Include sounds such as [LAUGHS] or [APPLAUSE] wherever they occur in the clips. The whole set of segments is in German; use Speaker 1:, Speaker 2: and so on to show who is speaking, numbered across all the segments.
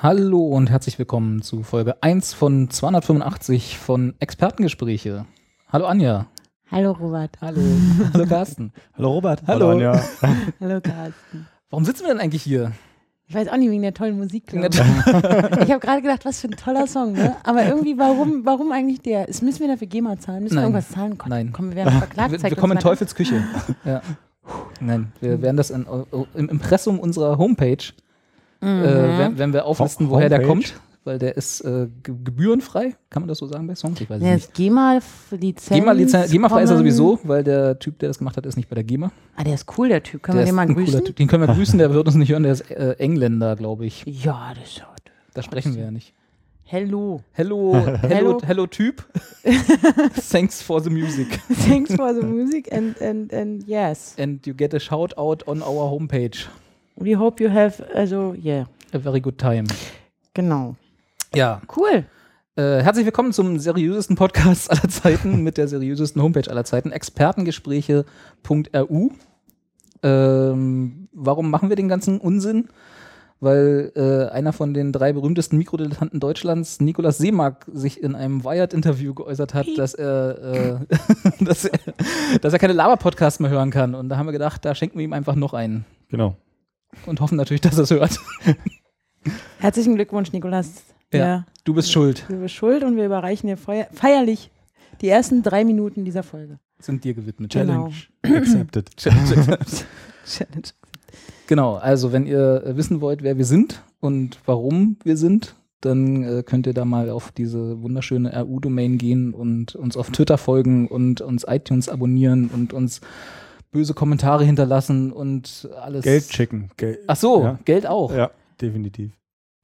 Speaker 1: Hallo und herzlich willkommen zu Folge 1 von 285 von Expertengespräche. Hallo
Speaker 2: [LAUGHS]
Speaker 1: Anja.
Speaker 3: Hallo Robert.
Speaker 1: Hallo. Hallo Carsten.
Speaker 2: Hallo Robert.
Speaker 1: Hallo.
Speaker 2: Anja.
Speaker 3: [LAUGHS] Hallo Carsten.
Speaker 1: Warum sitzen wir denn eigentlich hier?
Speaker 3: Ich weiß auch nicht, wegen der tollen Musik. glaub
Speaker 1: Der [LAUGHS]
Speaker 3: ich. Ich habe gerade gedacht, was für ein toller Song, ne? Aber irgendwie, warum, warum eigentlich der? Es müssen wir dafür GEMA zahlen? Müssen
Speaker 1: Nein.
Speaker 3: wir irgendwas zahlen? Gott,
Speaker 1: Nein.
Speaker 3: Komm, wir werden verklagt.
Speaker 1: wir,
Speaker 3: zeigt
Speaker 1: wir
Speaker 3: uns
Speaker 1: kommen in
Speaker 3: mal an.
Speaker 1: Teufels Küche. [LAUGHS] ja. Nein, wir werden das in, im Impressum unserer Homepage,
Speaker 3: Mhm.
Speaker 1: äh, werden, werden wir auflisten,
Speaker 2: Ho-
Speaker 1: woher der
Speaker 2: Homepage?
Speaker 1: kommt, weil der ist äh, ge- gebührenfrei. Kann man das so sagen bei Songs? Ich weiß es
Speaker 3: Ja,
Speaker 1: nicht.
Speaker 3: das GEMA-Lizenz.
Speaker 1: GEMA, Lizenz- GEMA-frei ist er
Speaker 3: kommen-
Speaker 1: sowieso, weil der Typ, der das gemacht hat, ist nicht bei der GEMA.
Speaker 3: Ah, der ist cool, der Typ. Können
Speaker 1: der
Speaker 3: wir den
Speaker 1: ist
Speaker 3: mal
Speaker 1: ein cooler
Speaker 3: grüßen?
Speaker 1: Typ. Den können wir grüßen, der wird uns nicht hören, der ist äh, Engländer, glaube ich.
Speaker 3: Ja, das ist halt.
Speaker 1: Da sprechen wir ja nicht. [LAUGHS]
Speaker 3: Hello. [LAUGHS]
Speaker 1: Hello, hello,
Speaker 3: Hello.
Speaker 1: hello
Speaker 3: [LAUGHS]
Speaker 1: Typ. Thanks for the music.
Speaker 3: Thanks for the music and, and, and yes.
Speaker 1: And you get a shout out on our homepage.
Speaker 3: We hope you have, also, yeah.
Speaker 1: A very good time.
Speaker 3: Genau.
Speaker 1: Ja.
Speaker 3: Cool.
Speaker 1: Äh, herzlich willkommen zum seriösesten Podcast [LAUGHS] aller Zeiten mit der seriösesten Homepage aller Zeiten, expertengespräche.ru. Ähm, warum machen wir den ganzen Unsinn? Weil äh, einer von den drei berühmtesten Mikrodilettanten Deutschlands, Nikolaus Seemack, sich in einem Wired-Interview geäußert hat, dass er, äh, [LAUGHS] dass er, dass er keine Laber-Podcasts mehr hören kann. Und da haben wir gedacht, da schenken wir ihm einfach noch einen.
Speaker 2: Genau.
Speaker 1: Und hoffen natürlich, dass er es hört.
Speaker 3: Herzlichen Glückwunsch, Nikolas.
Speaker 1: Ja. Du bist schuld.
Speaker 3: Du bist schuld und wir überreichen dir feuer- feierlich die ersten drei Minuten dieser Folge.
Speaker 1: Sind dir gewidmet.
Speaker 3: Genau. [CLEARS THROAT]
Speaker 2: Accepted. [LAUGHS]
Speaker 3: Challenge.
Speaker 1: [CLEARS THROAT] Genau, also wenn ihr äh, wissen wollt, wer wir sind und warum wir sind, dann äh, könnt ihr da mal auf diese wunderschöne RU-Domain gehen und uns auf Twitter folgen und uns iTunes abonnieren und uns böse Kommentare hinterlassen und alles.
Speaker 2: Geld schicken. Gel
Speaker 1: Ach so,
Speaker 2: Ja.
Speaker 1: Geld auch.
Speaker 2: ja, definitiv.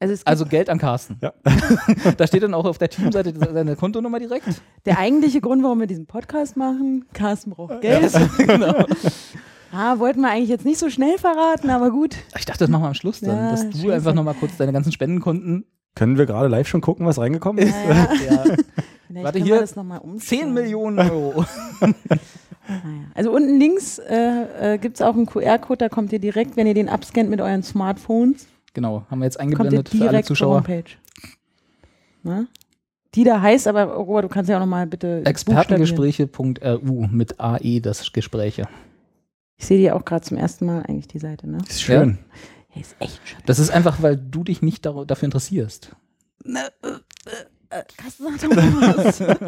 Speaker 3: Also, es gibt,
Speaker 1: Also Geld an Carsten.
Speaker 2: Ja.
Speaker 1: [LAUGHS] da steht dann auch auf der Teamseite seine Kontonummer direkt. [LAUGHS]
Speaker 3: der eigentliche Grund, warum wir diesen Podcast machen, Carsten
Speaker 1: Äh,
Speaker 3: braucht Geld.
Speaker 1: genau.
Speaker 3: [LAUGHS] Ah, wollten wir eigentlich jetzt nicht so schnell verraten,
Speaker 1: [LAUGHS]
Speaker 3: aber gut.
Speaker 1: Ich dachte, das machen wir am Schluss dann,
Speaker 3: Ja,
Speaker 1: dass du
Speaker 3: scheiße.
Speaker 1: einfach nochmal kurz deine ganzen Spendenkonten.
Speaker 2: Können wir gerade live schon gucken, was reingekommen ist?
Speaker 3: Naja, [LAUGHS]
Speaker 1: Ja,
Speaker 3: vielleicht
Speaker 1: Warte,
Speaker 3: können
Speaker 1: hier
Speaker 3: wir das nochmal umstellen.
Speaker 1: 10 [LAUGHS] Millionen Euro.
Speaker 3: Naja. Also unten links äh, äh, gibt es auch einen QR-Code, da kommt ihr direkt, wenn ihr den abscannt mit euren Smartphones,
Speaker 1: Genau, haben wir jetzt
Speaker 3: kommt ihr
Speaker 1: eingeblendet für alle
Speaker 3: direkt zur
Speaker 1: Zuschauer.
Speaker 3: Homepage. Na? Die da heißt, aber Robert, du kannst ja auch nochmal bitte buchstabieren.
Speaker 1: Expertengespräche.ru mit AE das Gespräche.
Speaker 3: Ich sehe die auch gerade zum ersten Mal eigentlich die Seite, ne?
Speaker 2: Ist
Speaker 1: schön.
Speaker 3: Hey, ist echt schön.
Speaker 1: Das ist einfach, weil du dich nicht dar- dafür interessierst.
Speaker 3: Äh, Carsten, sag doch mal was.
Speaker 2: Lass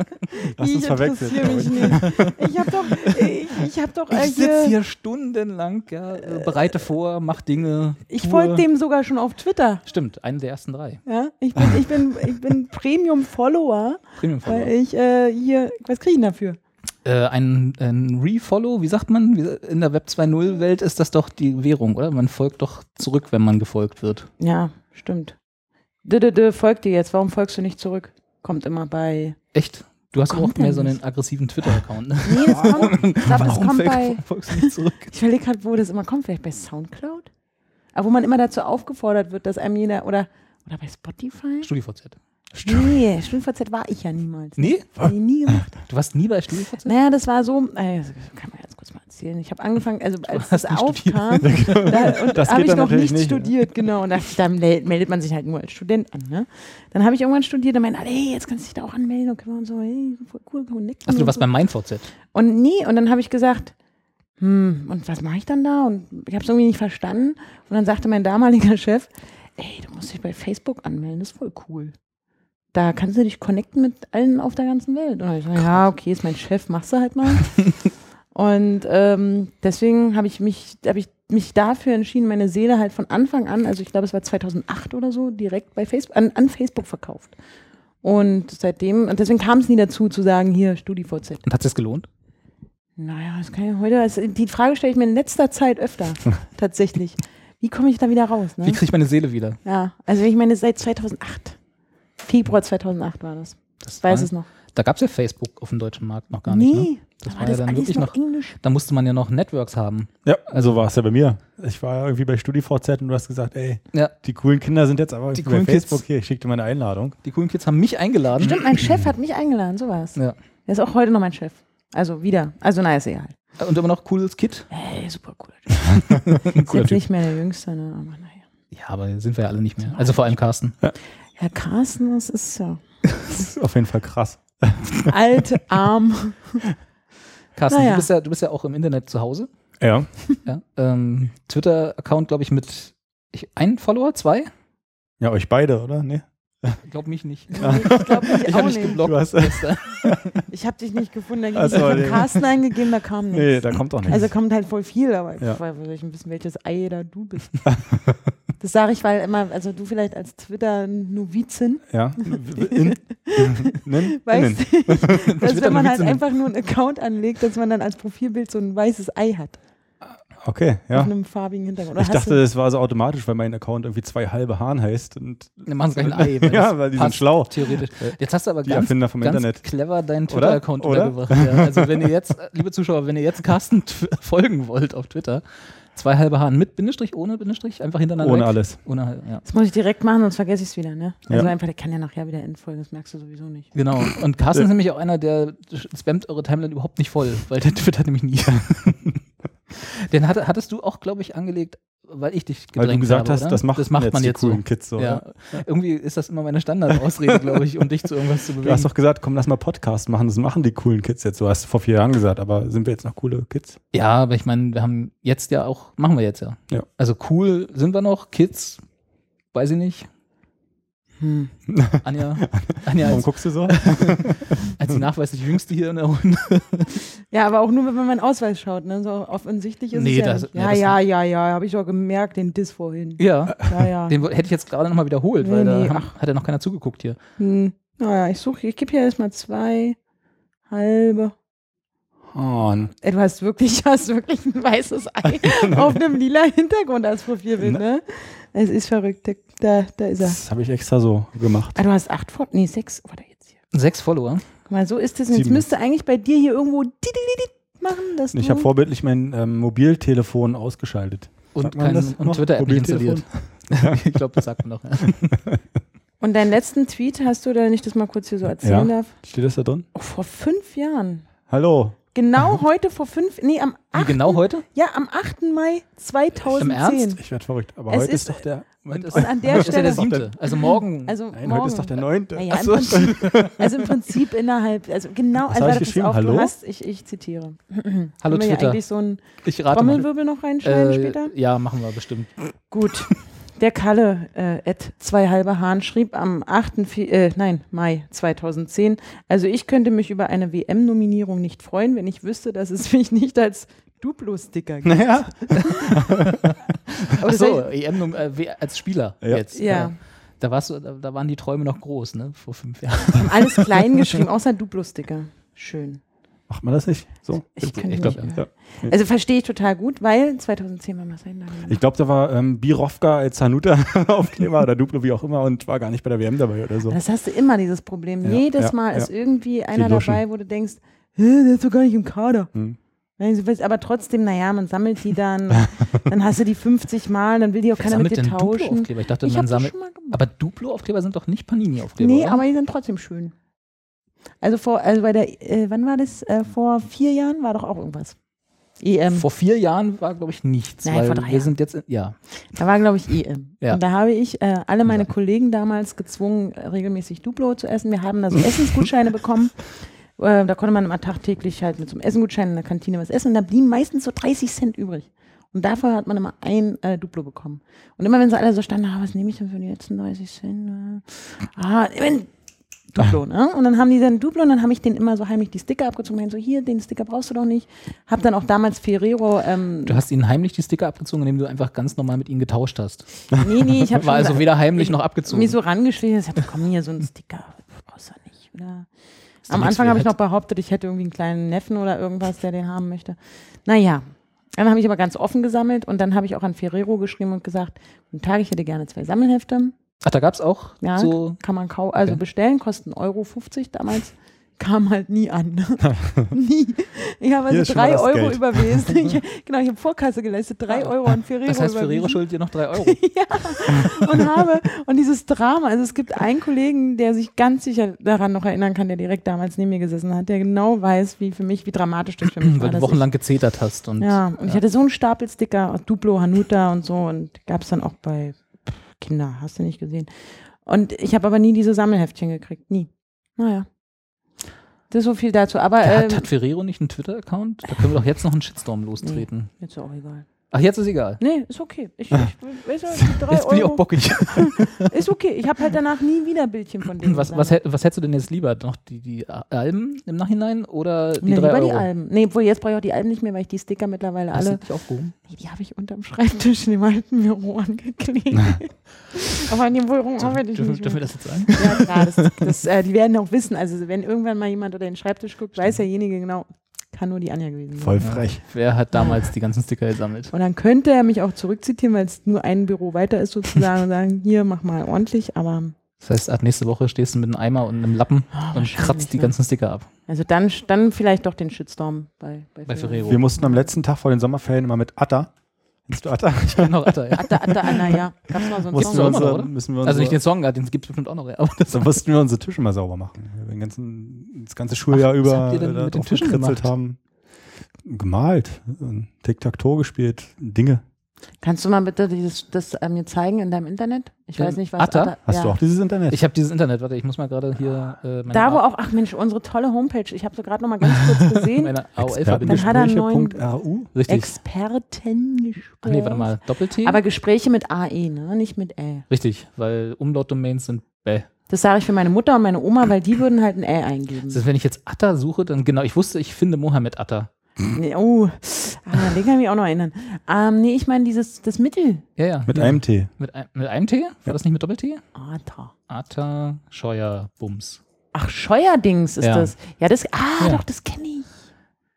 Speaker 2: uns
Speaker 3: ich
Speaker 2: verwechseln,
Speaker 3: interessiere mich nicht. Ich habe doch, ich, ich hab doch, äh,
Speaker 1: Ich
Speaker 3: hier-
Speaker 1: sitze hier stundenlang, ja, äh, bereite vor, mach Dinge.
Speaker 3: ich
Speaker 1: tue.
Speaker 3: folge dem sogar schon auf Twitter.
Speaker 1: Stimmt, einen der ersten drei.
Speaker 3: Ja? Ich bin, ich bin, ich bin Premium-Follower,
Speaker 1: Premium
Speaker 3: weil
Speaker 1: Follow.
Speaker 3: ich äh, hier, was kriege ich denn dafür?
Speaker 1: Äh, ein, ein Refollow, wie sagt man? Wie- In der Web 2.0 Welt ist das doch die Währung, oder? Man folgt doch zurück, wenn man gefolgt wird.
Speaker 3: Ja, stimmt. Dö, dö, dö, folgt dir jetzt. Warum folgst du nicht zurück? Kommt immer bei.
Speaker 1: Echt? Du hast
Speaker 3: Kommt
Speaker 1: auch mehr
Speaker 3: denn
Speaker 1: so einen
Speaker 3: das?
Speaker 1: aggressiven Twitter-Account. Ne?
Speaker 3: Nee, das kommt. Ich glaube, das kommt bei.
Speaker 1: folgst du nicht zurück?
Speaker 3: Ich überlege gerade, wo das immer kommt. Vielleicht bei Soundcloud? Aber wo man immer dazu aufgefordert wird, dass einem jeder. Oder, oder bei Spotify?
Speaker 1: StudiVZ.
Speaker 3: Nee, StudiVZ war ich ja niemals.
Speaker 1: Nee?
Speaker 3: Hab ich nie gemacht.
Speaker 1: Du warst nie bei StudiVZ?
Speaker 3: Naja, das war so, äh, das kann man ganz kurz mal erzählen. Ich habe angefangen, also als
Speaker 1: hast
Speaker 3: das
Speaker 1: nicht
Speaker 3: aufkam, da,
Speaker 2: Das
Speaker 3: da habe ich
Speaker 2: geht dann
Speaker 3: noch
Speaker 2: natürlich
Speaker 3: nicht,
Speaker 2: nicht, ne?
Speaker 3: studiert, genau. Und da, da mel- meldet man sich halt nur als Student an. Ne? Dann habe ich irgendwann studiert und meinte, alle, hey, jetzt kannst du dich da auch anmelden und können wir und so, hey, voll cool, können wir connecten.
Speaker 1: Also du
Speaker 3: und
Speaker 1: warst
Speaker 3: so.
Speaker 1: bei MeinVZ.
Speaker 3: Und nee, und dann habe ich gesagt, hm, und was mache ich dann da? Und ich habe es irgendwie nicht verstanden. Und dann sagte mein damaliger [LAUGHS] Chef, ey, du musst dich bei Facebook anmelden, das ist voll cool. Da kannst du dich connecten mit allen auf der ganzen Welt. Und dann hab ich gesagt, ja, okay, ist mein Chef, machst du halt mal. [LAUGHS] und ähm, deswegen habe ich mich, habe ich mich dafür entschieden, meine Seele halt von Anfang an, also ich glaube, es war 2008 oder so, direkt bei Facebook, an, an Facebook verkauft. Und seitdem, und deswegen kam es nie dazu, zu sagen, hier, StudiVZ.
Speaker 1: Und hat es gelohnt?
Speaker 3: Naja, das kann ich heute. Das, die Frage stelle ich mir in letzter
Speaker 1: [LAUGHS]
Speaker 3: Zeit öfter, tatsächlich. Wie komme ich da wieder raus?
Speaker 1: Wie
Speaker 3: Ne?
Speaker 1: kriege ich meine Seele wieder?
Speaker 3: Ja, also ich meine, seit 2008. Februar 2008 war das.
Speaker 1: Das
Speaker 3: Ich weiß
Speaker 1: war-
Speaker 3: es noch.
Speaker 1: Da gab es ja Facebook auf dem deutschen Markt noch gar
Speaker 3: nee,
Speaker 1: nicht. Ne? Das
Speaker 3: da
Speaker 1: war
Speaker 3: war
Speaker 1: ja
Speaker 3: das
Speaker 1: dann
Speaker 3: alles
Speaker 1: wirklich
Speaker 3: noch
Speaker 1: noch-
Speaker 3: Englisch.
Speaker 1: Da musste man ja noch Networks haben.
Speaker 2: Ja, also war es ja bei mir. Ich war ja irgendwie bei StudiVZ und du hast gesagt, ey,
Speaker 1: Ja.
Speaker 2: die coolen Kinder sind jetzt aber
Speaker 1: Die
Speaker 2: die
Speaker 1: coolen
Speaker 2: bei Facebook
Speaker 1: Kids.
Speaker 2: hier. Ich schickte meine Einladung.
Speaker 1: Die coolen Kids haben mich eingeladen.
Speaker 3: Stimmt, mein Chef hat mich eingeladen, sowas.
Speaker 1: Ja.
Speaker 3: Er ist auch heute noch mein Chef. Also wieder. Also na, ist egal.
Speaker 1: Und immer noch cooles Kid.
Speaker 3: Ey, super cool.
Speaker 1: [LAUGHS]
Speaker 3: Ist
Speaker 1: Cooler
Speaker 3: jetzt
Speaker 1: Typ.
Speaker 3: nicht mehr der Jüngste, ne? aber naja.
Speaker 1: Ja, aber sind wir ja alle nicht mehr. Also vor allem Carsten.
Speaker 3: Ja, Carsten, das ist ja
Speaker 2: Das ist auf jeden Fall krass.
Speaker 3: alt,
Speaker 1: [LAUGHS]
Speaker 3: arm.
Speaker 1: Carsten,
Speaker 3: Naja.
Speaker 1: du, bist ja, du bist ja auch im Internet zu Hause.
Speaker 2: Ja.
Speaker 1: Ja. Ähm, Twitter-Account, glaube ich, mit ich, ein Follower, zwei?
Speaker 2: Ja, euch beide, oder? Nee.
Speaker 1: Glaub mich nicht.
Speaker 3: Ich glaube, ich,
Speaker 1: Ich
Speaker 3: auch
Speaker 1: habe dich
Speaker 3: nicht.
Speaker 1: geblockt.
Speaker 2: Du
Speaker 1: [LAUGHS]
Speaker 2: hast-
Speaker 1: gestern.
Speaker 3: ich habe dich nicht gefunden. Da ging
Speaker 2: Ach so,
Speaker 3: ich habe
Speaker 2: nee.
Speaker 3: Carsten eingegeben, da kam nichts.
Speaker 2: Nee, da kommt auch nichts.
Speaker 3: Also kommt halt voll viel, aber
Speaker 2: Ja.
Speaker 3: ich weiß soll ich ein bisschen, welches Ei da du bist. [LAUGHS] das sage ich, weil immer, also du vielleicht als Twitter-Novizin,
Speaker 2: ja. In,
Speaker 1: [LAUGHS]
Speaker 2: Nen- innen.
Speaker 3: weißt du, dass wenn man halt
Speaker 1: Twitter-Novizin.
Speaker 3: einfach nur einen Account anlegt, dass man dann als Profilbild so ein weißes Ei hat
Speaker 2: Okay,
Speaker 3: auf
Speaker 2: ja.
Speaker 3: einem farbigen Hintergrund. Oder
Speaker 2: Ich
Speaker 3: hast
Speaker 2: dachte,
Speaker 3: du-
Speaker 2: das war so automatisch, weil mein Account irgendwie zwei halbe Hahn heißt. Und
Speaker 1: Wir machen es gleich ein Ei. wenn
Speaker 2: [LAUGHS] Ja,
Speaker 1: das
Speaker 2: weil die sind
Speaker 1: passt,
Speaker 2: schlau.
Speaker 1: Theoretisch. Jetzt hast du aber
Speaker 2: Die
Speaker 1: ganz,
Speaker 2: Erfinder vom
Speaker 1: ganz
Speaker 2: Internet.
Speaker 1: clever deinen
Speaker 2: Oder?
Speaker 1: Twitter-Account
Speaker 2: Oder?
Speaker 1: untergebracht. Ja, also wenn ihr jetzt, äh, liebe Zuschauer, wenn ihr jetzt Carsten [LAUGHS] tw- folgen wollt auf Twitter, zwei halbe Haaren mit Bindestrich, ohne Bindestrich, einfach hintereinander
Speaker 2: ohne
Speaker 1: weg.
Speaker 2: alles.
Speaker 1: Ohne, halbe, ja.
Speaker 3: das muss ich direkt machen, sonst vergesse ich es wieder, ne?
Speaker 2: Ja.
Speaker 3: Also einfach, der kann ja nachher wieder entfolgen, das merkst du sowieso nicht.
Speaker 1: Genau. Und Carsten ist nämlich auch einer, der spammt eure Timeline überhaupt nicht voll, weil der [LAUGHS] twittert nämlich nie. Den hatte, hattest du auch, glaube ich, angelegt, weil ich dich gedrängt
Speaker 2: Weil du gesagt
Speaker 1: habe,
Speaker 2: hast,
Speaker 1: oder?
Speaker 2: das macht,
Speaker 1: das macht
Speaker 2: jetzt
Speaker 1: man
Speaker 2: die
Speaker 1: jetzt
Speaker 2: coolen
Speaker 1: so.
Speaker 2: Kids so.
Speaker 1: ja.
Speaker 2: oder?
Speaker 1: Irgendwie ist das immer meine Standardausrede, glaube ich, um dich zu irgendwas zu bewegen.
Speaker 2: Du hast doch gesagt, komm, lass mal Podcast machen, das machen die coolen Kids jetzt. Du hast vor vier Jahren gesagt, aber sind wir jetzt noch coole Kids?
Speaker 1: Ja, aber ich meine, wir haben jetzt ja auch, machen wir jetzt ja.
Speaker 2: Ja.
Speaker 1: Also cool sind wir noch, Kids, weiß ich nicht.
Speaker 3: Hm.
Speaker 2: [LAUGHS]
Speaker 1: Anja, Anja
Speaker 2: Warum
Speaker 1: als,
Speaker 2: guckst du so?
Speaker 1: als die nachweislich jüngste hier in der
Speaker 2: [LAUGHS]
Speaker 1: Runde.
Speaker 3: Ja, aber auch nur, wenn man meinen Ausweis schaut, ne? So offensichtlich ist
Speaker 1: Nee,
Speaker 3: es ja
Speaker 1: das-
Speaker 3: nicht.
Speaker 1: nee,
Speaker 3: Ja,
Speaker 1: das-
Speaker 3: ja, ja, ja, habe ich auch gemerkt, den Diss vorhin.
Speaker 1: Ja,
Speaker 3: Ja, ja.
Speaker 1: den wo- hätte ich jetzt gerade nochmal wiederholt,
Speaker 3: Nee,
Speaker 1: weil
Speaker 3: nee,
Speaker 1: da haben, hat ja noch keiner zugeguckt hier.
Speaker 3: Hm. Naja, ich suche, ich gebe hier erstmal zwei halbe.
Speaker 2: Oh,
Speaker 3: Ey, du hast wirklich, [LAUGHS] du hast wirklich ein weißes Ei auf einem lila Hintergrund als Profilbild, ne? Es ist verrückt. Da, da ist er.
Speaker 2: das habe ich extra so gemacht.
Speaker 3: Ah, du hast acht vor. Nee, sechs. Oh, Warte jetzt hier.
Speaker 1: Sechs Follower.
Speaker 3: Guck mal, so ist es. Jetzt
Speaker 2: Sieben.
Speaker 3: müsste eigentlich bei dir hier irgendwo didididid machen, dass
Speaker 2: Ich
Speaker 3: du.
Speaker 2: habe vorbildlich mein ähm, Mobiltelefon ausgeschaltet.
Speaker 1: Und,
Speaker 2: Sagt man
Speaker 1: kein,
Speaker 2: das
Speaker 1: und
Speaker 2: noch?
Speaker 1: Twitter-App nicht installiert.
Speaker 2: Mobiltelefon? [LAUGHS]
Speaker 1: ich glaube, das sagt man doch. Ja.
Speaker 3: Und deinen letzten Tweet hast du, da ich das mal kurz hier so erzählen darf.
Speaker 2: Steht das da drin?
Speaker 3: Oh, vor fünf Jahren.
Speaker 2: Hallo.
Speaker 3: Genau heute vor fünf. Nee, am
Speaker 1: Wie
Speaker 3: 8.
Speaker 1: genau heute?
Speaker 3: Ja, am 8. Mai 2010.
Speaker 1: Ernst?
Speaker 2: Ich werde verrückt. Aber
Speaker 3: Es
Speaker 2: heute
Speaker 3: ist-
Speaker 2: ist doch der.
Speaker 1: Heute ist,
Speaker 3: Und an der
Speaker 1: heute ist ja
Speaker 3: Stelle.
Speaker 1: der siebte. Also morgen.
Speaker 3: Also
Speaker 2: Nein,
Speaker 3: morgen.
Speaker 2: heute ist doch der neunte.
Speaker 3: Naja, im
Speaker 1: Achso.
Speaker 3: Prinzip, also im Prinzip innerhalb, also genau,
Speaker 2: Was
Speaker 3: also
Speaker 2: habe ich
Speaker 3: warte, pass
Speaker 2: geschrieben?
Speaker 3: auf, du
Speaker 2: Hallo?
Speaker 3: hast, ich, ich zitiere.
Speaker 1: [LAUGHS] Hallo
Speaker 3: Können wir hier
Speaker 1: Twitter.
Speaker 3: eigentlich so einen
Speaker 1: Ich rate mal.
Speaker 3: Trommelwirbel noch reinschneiden später?
Speaker 1: Äh, ja, machen wir bestimmt.
Speaker 3: Gut. Der Kalle, äh, at zwei halbe Hahn, schrieb am 8. Fe äh, nein, Mai 2010, also ich könnte mich über eine WM-Nominierung nicht freuen, wenn ich wüsste, dass es mich nicht als Duplo-Sticker gibt.
Speaker 2: [LAUGHS] Naja.
Speaker 3: Aber das
Speaker 1: Achso,
Speaker 3: heißt-
Speaker 1: EM äh, wer- als Spieler
Speaker 2: Ja.
Speaker 1: jetzt.
Speaker 3: ja,
Speaker 1: Da, warst du, da, da waren die Träume noch groß, ne? Vor fünf Jahren.
Speaker 3: haben alles klein geschrieben, außer Duplo-Sticker. Schön.
Speaker 2: Macht man das nicht? So?
Speaker 3: Ich
Speaker 1: Ich
Speaker 3: kann
Speaker 1: glaub,
Speaker 3: nicht mehr.
Speaker 2: ja.
Speaker 3: Also verstehe ich total gut, weil 2010 war Marcel Nagel.
Speaker 2: Ich glaube, da war ähm, Birovka als Hanuta [LAUGHS] Aufkleber oder Duplo, wie auch immer, und war gar nicht bei der WM dabei oder so.
Speaker 3: Das hast du immer, dieses Problem.
Speaker 2: Ja,
Speaker 3: Jedes
Speaker 2: ja,
Speaker 3: Mal
Speaker 2: ja.
Speaker 3: ist irgendwie einer
Speaker 2: Luschen.
Speaker 3: dabei, wo du denkst, Hä, der ist doch gar nicht im Kader.
Speaker 2: Hm.
Speaker 3: Nein, du willst aber trotzdem, naja, man sammelt die
Speaker 2: [LAUGHS]
Speaker 3: dann, dann hast du die 50 Mal, dann will die auch keiner mit dir tauschen.
Speaker 1: Duplo-Aufkleber? Ich dachte,
Speaker 3: Ich
Speaker 1: man
Speaker 3: habe das
Speaker 1: sammelt.
Speaker 3: schon mal gemacht.
Speaker 1: Aber Duplo-Aufkleber sind doch nicht Panini-Aufkleber.
Speaker 3: nee,
Speaker 1: oder?
Speaker 3: aber die sind trotzdem schön. Also vor, also bei der, äh, wann war das? Äh, vor vier Jahren war doch auch irgendwas. E EM.
Speaker 1: vor vier Jahren war, glaube ich, nichts.
Speaker 3: ähm, Nein,
Speaker 1: weil
Speaker 3: vor drei
Speaker 1: wir
Speaker 3: Jahren.
Speaker 1: sind jetzt. In, ja.
Speaker 3: Da war, glaube ich, EM.
Speaker 1: Ja.
Speaker 3: Und da habe ich äh, alle meine
Speaker 1: Ja.
Speaker 3: Kollegen damals gezwungen, äh, regelmäßig Duplo zu essen. Wir haben da so
Speaker 1: [LAUGHS]
Speaker 3: Essensgutscheine bekommen. Äh, da konnte man immer tagtäglich halt mit so einem Essengutschein in der Kantine was essen. Und da blieben meistens so 30 Cent übrig. Und dafür hat man immer ein äh, Duplo bekommen. Und immer wenn sie alle so standen, ah, was nehme ich denn für die letzten 30 Cent? Äh, Ah, ich mein,
Speaker 1: [LAUGHS]
Speaker 3: Duplo, ne? Und dann haben die dann Duplo und dann habe ich denen immer so heimlich die Sticker abgezogen. Meinen so, hier, den Sticker brauchst du doch nicht. Hab dann auch damals Ferrero,
Speaker 1: [LAUGHS]
Speaker 3: ähm,
Speaker 1: Du hast ihnen heimlich die Sticker abgezogen, indem du einfach ganz normal mit ihnen getauscht hast.
Speaker 3: nee, nee, ich habe
Speaker 1: War also weder heimlich noch
Speaker 3: Mir
Speaker 1: abgezogen.
Speaker 3: so rangeschlichen, ich hab, komm hier so ein Sticker, brauchst du nicht, oder?
Speaker 2: Ist
Speaker 3: Am
Speaker 2: doch nix
Speaker 3: Anfang habe ich noch
Speaker 2: wert.
Speaker 3: behauptet, ich hätte irgendwie einen kleinen Neffen oder irgendwas, der den haben möchte. Naja, dann habe ich aber ganz offen gesammelt und dann habe ich auch an Ferrero geschrieben und gesagt, guten Tag, ich hätte gerne zwei Sammelhefte.
Speaker 1: Ach, da gab es auch
Speaker 3: Ja,
Speaker 1: so.
Speaker 3: kann man kaufen, also
Speaker 1: Okay.
Speaker 3: bestellen, kosten Euro 50 damals. [LAUGHS] Kam halt nie an.
Speaker 2: [LAUGHS]
Speaker 3: ne? nie. Ich habe
Speaker 2: Hier
Speaker 3: also
Speaker 2: ist schon mal
Speaker 3: drei
Speaker 2: das
Speaker 3: Euro
Speaker 2: Geld. [LAUGHS]
Speaker 3: überwiesen. Ich, genau, ich habe Vorkasse geleistet, drei Euro an Ferrero.
Speaker 1: Das heißt, Ferrero
Speaker 3: überwiesen.
Speaker 1: schuldet dir noch
Speaker 3: [LAUGHS]
Speaker 1: drei Euro.
Speaker 3: und habe und dieses Drama, also es gibt einen Kollegen, der sich ganz sicher daran noch erinnern kann, der direkt damals neben mir gesessen hat, der genau weiß, wie für mich, wie dramatisch das für mich war.
Speaker 1: Weil du
Speaker 3: dass
Speaker 1: wochenlang gezetert hast. Und
Speaker 3: ich, ja, und ich hatte so einen Stapel Sticker aus Duplo, Hanuta und so und gab es dann auch bei pff, Kinder, hast du nicht gesehen. Und ich habe aber nie diese Sammelheftchen gekriegt, nie. Naja. Das ist so viel dazu, aber ähm,
Speaker 1: hat, hat Ferrero nicht einen Twitter-Account? Da können wir doch jetzt noch einen Shitstorm lostreten.
Speaker 3: mir ist auch egal.
Speaker 1: Ach, jetzt ist egal.
Speaker 3: Nee, ist okay. Ich, ich, weißt du, die
Speaker 1: [LAUGHS]
Speaker 3: drei
Speaker 1: Jetzt bin ich
Speaker 3: Euro,
Speaker 1: auch bockig.
Speaker 3: Ist okay. Ich habe halt danach nie wieder
Speaker 1: [CLEARS THROAT]
Speaker 3: Bildchen von denen.
Speaker 1: Was, was,
Speaker 3: gesammelt.
Speaker 1: hätt- was hättest du denn jetzt lieber? Noch die, die Alben im Nachhinein oder die
Speaker 3: Nee,
Speaker 1: drei
Speaker 3: lieber
Speaker 1: Euro?
Speaker 3: die Alben. Nee, obwohl jetzt brauche ich auch die Alben nicht mehr, weil ich die Sticker mittlerweile
Speaker 1: Hast du
Speaker 3: alle.
Speaker 1: dich aufgehoben?
Speaker 3: Nee, die habe ich unterm Schreibtisch in dem alten
Speaker 1: [LAUGHS]
Speaker 3: Büro angeklebt. [LAUGHS] Aber in dem Büro arbeite ich
Speaker 1: Dürfen,
Speaker 3: nicht.
Speaker 1: dürfen wir
Speaker 3: Mehr.
Speaker 1: das jetzt sagen?
Speaker 3: Ja, klar, das, das, äh, die werden auch wissen. Also, wenn irgendwann mal jemand unter den Schreibtisch guckt, weiß derjenige genau, kann nur die Anja gewesen sein.
Speaker 2: Voll frech.
Speaker 1: Wer hat damals die ganzen Sticker gesammelt?
Speaker 3: Und dann könnte er mich auch zurückzitieren, weil es nur ein Büro weiter ist, sozusagen, und sagen: Hier, mach mal ordentlich. Aber
Speaker 1: Das heißt, ab nächste Woche stehst du mit einem Eimer und einem Lappen
Speaker 3: Ah,
Speaker 1: und
Speaker 3: wahrscheinlich,
Speaker 1: kratzt die
Speaker 3: ne?
Speaker 1: ganzen Sticker ab.
Speaker 3: also dann, dann vielleicht doch den Shitstorm bei, bei,
Speaker 1: Bei Ferrero.
Speaker 2: Wir mussten am letzten Tag vor den Sommerferien immer mit Atta. Kennst du Atta? [LAUGHS]
Speaker 1: Ich kann noch
Speaker 3: [LAUGHS]
Speaker 1: Atta, ja.
Speaker 3: Atta, Atta, Anna, ja. Gab's mal so einen
Speaker 1: wir
Speaker 2: Mussten wir
Speaker 3: Song?
Speaker 1: immer noch,
Speaker 2: unsere,
Speaker 1: oder?
Speaker 2: müssen wir
Speaker 1: Also nicht
Speaker 2: unsere,
Speaker 1: den Song, ja, den gibt es bestimmt auch noch. ja, Aber
Speaker 2: [LAUGHS]
Speaker 1: das
Speaker 2: so mussten wir unsere Tische mal sauber machen. weil Wir den ganzen, das ganze Schuljahr
Speaker 1: Ach, was
Speaker 2: über
Speaker 1: habt ihr denn
Speaker 2: da
Speaker 1: mit den
Speaker 2: drauf
Speaker 1: Tischen
Speaker 2: gekritzelt
Speaker 1: gemacht?
Speaker 2: haben. Gemalt, Tic-Tac-Toe gespielt, Dinge.
Speaker 3: Kannst du mal bitte dieses, das äh, mir zeigen in deinem Internet? Ich
Speaker 1: Ähm,
Speaker 3: weiß nicht, was.
Speaker 1: Atta?
Speaker 2: Hast du auch dieses Internet?
Speaker 1: ich habe dieses Internet, warte, ich muss mal gerade hier äh, meine,
Speaker 3: Da, wo
Speaker 1: A-
Speaker 3: auch, ach Mensch, unsere tolle Homepage. Ich habe sie gerade noch mal ganz
Speaker 1: [LAUGHS]
Speaker 3: kurz gesehen.
Speaker 1: meine AOL-Verbindung.
Speaker 3: Dann hat er einen neuen-
Speaker 2: Expertengespräche.ru.
Speaker 1: Richtig.
Speaker 3: Expertengespräch.
Speaker 1: Ach Ah, nee, warte mal, Doppel-T?
Speaker 3: Aber Gespräche mit AE, ne? nicht mit Ä.
Speaker 1: Richtig, weil Umlautdomains sind bäh.
Speaker 3: Das sage ich für meine Mutter und meine Oma, weil die würden halt ein Ä eingeben.
Speaker 1: Das heißt, wenn ich jetzt Atta suche, dann genau, ich wusste, ich finde Mohammed Atta.
Speaker 3: Nee, oh, ah, den kann ich mich auch noch erinnern. Ähm, nee, ich meine dieses, das Mittel.
Speaker 1: Ja, ja.
Speaker 2: Mit
Speaker 1: ja.
Speaker 2: einem T.
Speaker 1: Mit, ein, mit einem T? War das nicht mit Doppel-T?
Speaker 3: Atta.
Speaker 1: Atta Scheuer Bums.
Speaker 3: Ach, Scheuerdings ist
Speaker 1: Ja.
Speaker 3: das. Ja, das,
Speaker 1: Ja.
Speaker 3: ah, doch, das kenne ich.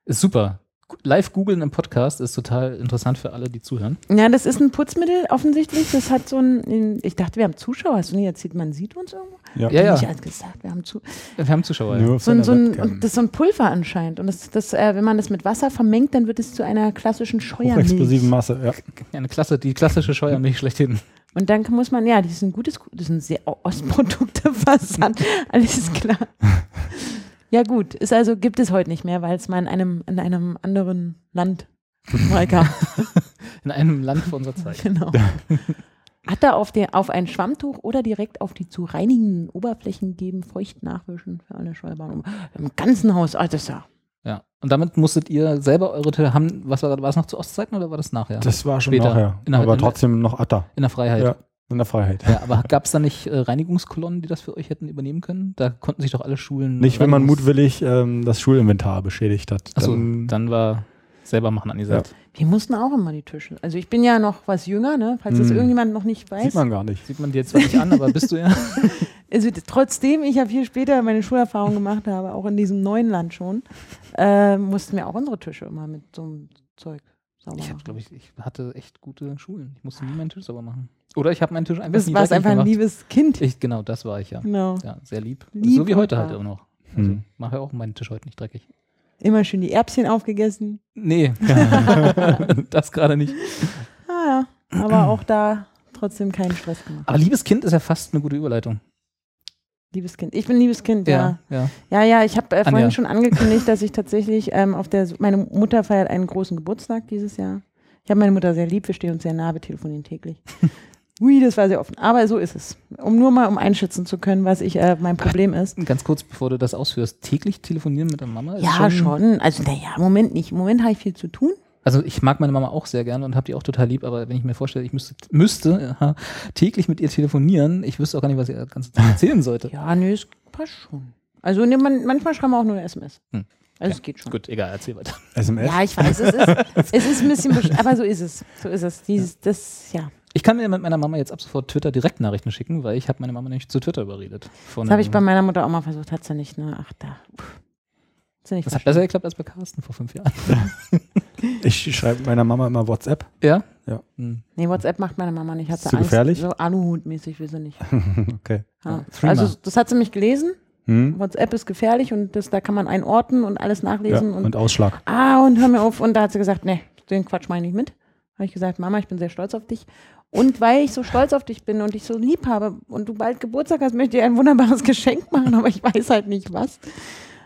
Speaker 1: Ist super. Gu- Live googeln im Podcast ist total interessant für alle, die zuhören.
Speaker 3: Ja, das ist ein Putzmittel offensichtlich. Das hat so ein. Ich dachte, wir haben Zuschauer. Hast du nicht erzählt, man sieht uns irgendwo?
Speaker 1: Ja, ja.
Speaker 3: Nicht alles gesagt, wir haben zu.
Speaker 1: Wir haben Zuschauer.
Speaker 2: Nur auf
Speaker 3: So ein,
Speaker 2: seiner
Speaker 3: so ein,
Speaker 2: Webcam.
Speaker 3: und das ist so ein Pulver anscheinend. Und das, das, äh, wenn man das mit Wasser vermengt, dann wird es zu einer klassischen Scheuermilch.
Speaker 2: Hochexplosiven Masse, ja.
Speaker 1: Eine Klasse, die klassische Scheuermilch schlechthin.
Speaker 3: Und dann muss man, ja, das ist ein gutes, das sind sehr [LAUGHS] Ostprodukte-Versand. Alles klar. Ja, gut. Ist also, gibt es heute nicht mehr, weil es mal in einem, in einem anderen Land mal gab.
Speaker 1: In einem Land vor unserer
Speaker 2: [LAUGHS]
Speaker 1: Zeit.
Speaker 3: Genau. Atter auf, den, auf ein Schwammtuch oder direkt auf die zu reinigenden Oberflächen geben, feucht nachwischen für alle Scheuerbaum. Im ganzen Haus, ah, das ist ja.
Speaker 1: Ja. Und damit musstet ihr selber eure Tür haben. Was war, war es noch zu Ostzeiten oder war das nachher?
Speaker 2: Das war schon
Speaker 1: Später.
Speaker 2: nachher.
Speaker 1: Innerhalb-
Speaker 2: aber trotzdem noch Atta.
Speaker 1: In der Freiheit.
Speaker 2: Ja, in der Freiheit.
Speaker 1: Ja, aber gab es da nicht äh, Reinigungskolonnen, die das für euch hätten übernehmen können? Da konnten sich doch alle Schulen.
Speaker 2: Nicht, wenn man
Speaker 1: Reinigungs-
Speaker 2: mutwillig ähm, das Schulinventar beschädigt hat.
Speaker 1: Achso,
Speaker 2: Dann-
Speaker 1: dann war selber machen angesagt.
Speaker 3: Wir mussten auch immer die Tische. Also ich bin ja noch was jünger, ne? falls das
Speaker 2: Mm.
Speaker 3: irgendjemand noch nicht
Speaker 2: sieht
Speaker 3: weiß.
Speaker 2: man gar nicht.
Speaker 1: Sieht Hm. man dir jetzt zwar nicht an, aber bist du
Speaker 2: [LAUGHS]
Speaker 1: ja.
Speaker 3: Also d- trotzdem ich ja viel später meine Schulerfahrung gemacht habe, auch in diesem neuen Land schon, äh, mussten wir auch unsere Tische immer mit so einem Zeug sauber
Speaker 1: Ich hab,
Speaker 3: machen.
Speaker 1: glaub ich, ich hatte echt gute Schulen. Ich musste nie meinen Tisch sauber machen. Oder ich habe meinen Tisch einfach
Speaker 3: Das
Speaker 1: nie
Speaker 3: war es
Speaker 1: dreckig
Speaker 3: einfach ein
Speaker 1: gemacht.
Speaker 3: liebes Kind.
Speaker 1: Ich, genau, das war ich ja.
Speaker 3: Genau.
Speaker 1: Ja, sehr lieb.
Speaker 3: Lieb
Speaker 1: so wie heute
Speaker 3: und
Speaker 1: halt
Speaker 3: wahr.
Speaker 1: auch noch. Also,
Speaker 2: Hm.
Speaker 1: Mache ja auch meinen Tisch heute nicht dreckig.
Speaker 3: Immer schön die Erbschen aufgegessen.
Speaker 1: Nee, [LAUGHS] das gerade nicht.
Speaker 3: Ah ja, aber auch da trotzdem keinen Stress gemacht.
Speaker 1: Aber liebes Kind ist ja fast eine gute Überleitung.
Speaker 3: Liebes Kind. Ich bin ein liebes Kind, ja.
Speaker 1: ja. ja.
Speaker 3: Ja, ja, ich habe äh, vorhin
Speaker 1: Anja.
Speaker 3: schon angekündigt, dass ich tatsächlich ähm, auf der, meine Mutter feiert einen großen Geburtstag dieses Jahr. Ich habe meine Mutter sehr lieb, wir stehen uns sehr nah, wir telefonieren [LAUGHS] täglich. Ui, das war sehr offen. Aber so ist es. Um nur mal um einschätzen zu können, was ich äh, mein Problem ist.
Speaker 1: Ganz kurz, bevor du das ausführst, täglich telefonieren mit der Mama? Ist
Speaker 3: Ja, schon. Also naja, im Moment nicht. Im Moment habe ich viel zu tun.
Speaker 1: Also ich mag meine Mama auch sehr gerne und habe die auch total lieb, aber wenn ich mir vorstelle, ich müsste, müsste aha, täglich mit ihr telefonieren, ich wüsste auch gar nicht, was ich ihr das ganze Zeit erzählen sollte.
Speaker 3: Ja, nö, es passt schon. Also ne, man, manchmal schreiben wir auch nur eine SMS.
Speaker 1: Hm.
Speaker 3: Also es geht schon.
Speaker 1: Gut, egal, erzähl weiter.
Speaker 2: SMS.
Speaker 3: Ja, ich weiß, es ist, es ist ein bisschen, besch- aber so ist es. So ist es. Dieses, das, ja.
Speaker 1: Ich Ich kann mir mit meiner Mama jetzt ab sofort Twitter Direktnachrichten schicken, weil ich habe meine Mama nicht zu Twitter überredet. Vor
Speaker 3: Das
Speaker 1: einem-
Speaker 3: habe ich bei meiner Mutter auch mal versucht, hat sie nicht, ne? Ach, da. Pff. Hat sie nicht
Speaker 1: das hat besser geklappt als bei Carsten vor fünf Jahren.
Speaker 2: Ich schreibe meiner Mama immer WhatsApp.
Speaker 1: Ja?
Speaker 2: Ja.
Speaker 1: Hm.
Speaker 3: Nee, WhatsApp macht meine Mama nicht. Hat
Speaker 2: Ist
Speaker 3: sie
Speaker 2: zu
Speaker 3: Angst,
Speaker 2: gefährlich?
Speaker 3: So Aluhut-mäßig will sie nicht.
Speaker 2: Okay.
Speaker 3: Ja.
Speaker 1: Threema.
Speaker 3: Also das hat sie mich gelesen.
Speaker 2: Hm?
Speaker 3: WhatsApp ist gefährlich und das, da kann man einorten und alles
Speaker 2: Ja,
Speaker 3: nachlesen. und,
Speaker 2: und Ausschlag.
Speaker 3: ah, und hör mir auf. Und da hat sie gesagt, nee, den Quatsch meine ich nicht mit. Habe ich gesagt, Mama, ich bin sehr stolz auf dich. Und weil ich so stolz auf dich bin und dich so lieb habe und du bald Geburtstag hast, möchte ich dir ein wunderbares [LAUGHS] Geschenk machen, aber ich weiß halt nicht was.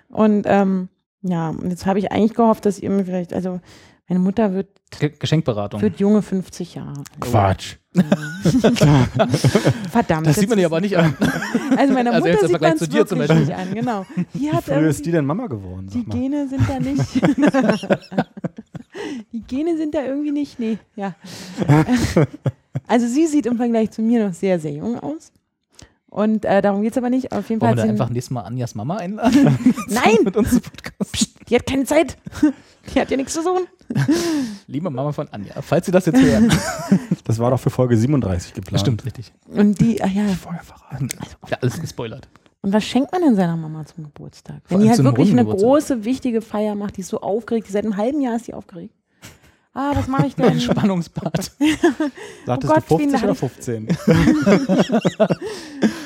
Speaker 3: Und ähm, ja, und jetzt habe ich eigentlich gehofft, dass ihr mir vielleicht, also meine Mutter wird,
Speaker 1: Ge Geschenkberatung.
Speaker 3: wird junge 50 Jahre.
Speaker 2: Quatsch.
Speaker 3: Verdammt.
Speaker 1: das sieht man
Speaker 3: jetzt
Speaker 1: dir aber nicht an.
Speaker 3: Also meiner
Speaker 1: [LAUGHS] Also
Speaker 3: Mutter
Speaker 1: jetzt im
Speaker 3: sieht
Speaker 1: Vergleich
Speaker 3: man
Speaker 1: zu
Speaker 3: es
Speaker 1: dir zum
Speaker 3: wirklich nicht an, genau. Die
Speaker 2: Wie
Speaker 3: hat
Speaker 2: früh ist
Speaker 3: irgendwie,
Speaker 2: die denn Mama geworden?
Speaker 3: die
Speaker 2: Sag mal.
Speaker 3: Gene sind da nicht.
Speaker 1: [LAUGHS]
Speaker 3: die Gene sind da irgendwie nicht, nee, ja. [LAUGHS] Also sie sieht im Vergleich zu mir noch sehr, sehr jung aus. Und äh, darum geht es aber nicht. Auf jeden Fall
Speaker 1: Wollen wir
Speaker 3: hat
Speaker 1: da
Speaker 3: sie
Speaker 1: einfach nächstes Mal Anjas Mama einladen?
Speaker 3: Nein,
Speaker 1: mit uns zu Podcast.
Speaker 3: die hat keine Zeit. [LAUGHS] Die hat ja nichts zu tun.
Speaker 1: Liebe Mama von Anja, falls Sie das jetzt hören.
Speaker 2: Das war doch für Folge 37 geplant.
Speaker 1: Stimmt, richtig.
Speaker 3: Und die, ah ja.
Speaker 1: Vorher verraten. Ja, alles
Speaker 3: [LAUGHS]
Speaker 1: gespoilert.
Speaker 3: Und was schenkt man denn seiner Mama zum Geburtstag? Wenn
Speaker 1: allem
Speaker 3: die halt
Speaker 1: zum
Speaker 3: wirklich
Speaker 1: runden
Speaker 3: eine
Speaker 1: Geburtstag.
Speaker 3: große, wichtige Feier macht, die ist so aufgeregt, seit einem halben Jahr ist die aufgeregt. Ah, was mache
Speaker 1: [LAUGHS]
Speaker 3: ich denn?
Speaker 1: Spannungsbad.
Speaker 3: [LAUGHS]
Speaker 2: Sagtest
Speaker 3: Oh Gott,
Speaker 2: du
Speaker 3: wie
Speaker 2: 50 oder
Speaker 3: leicht.
Speaker 2: 15?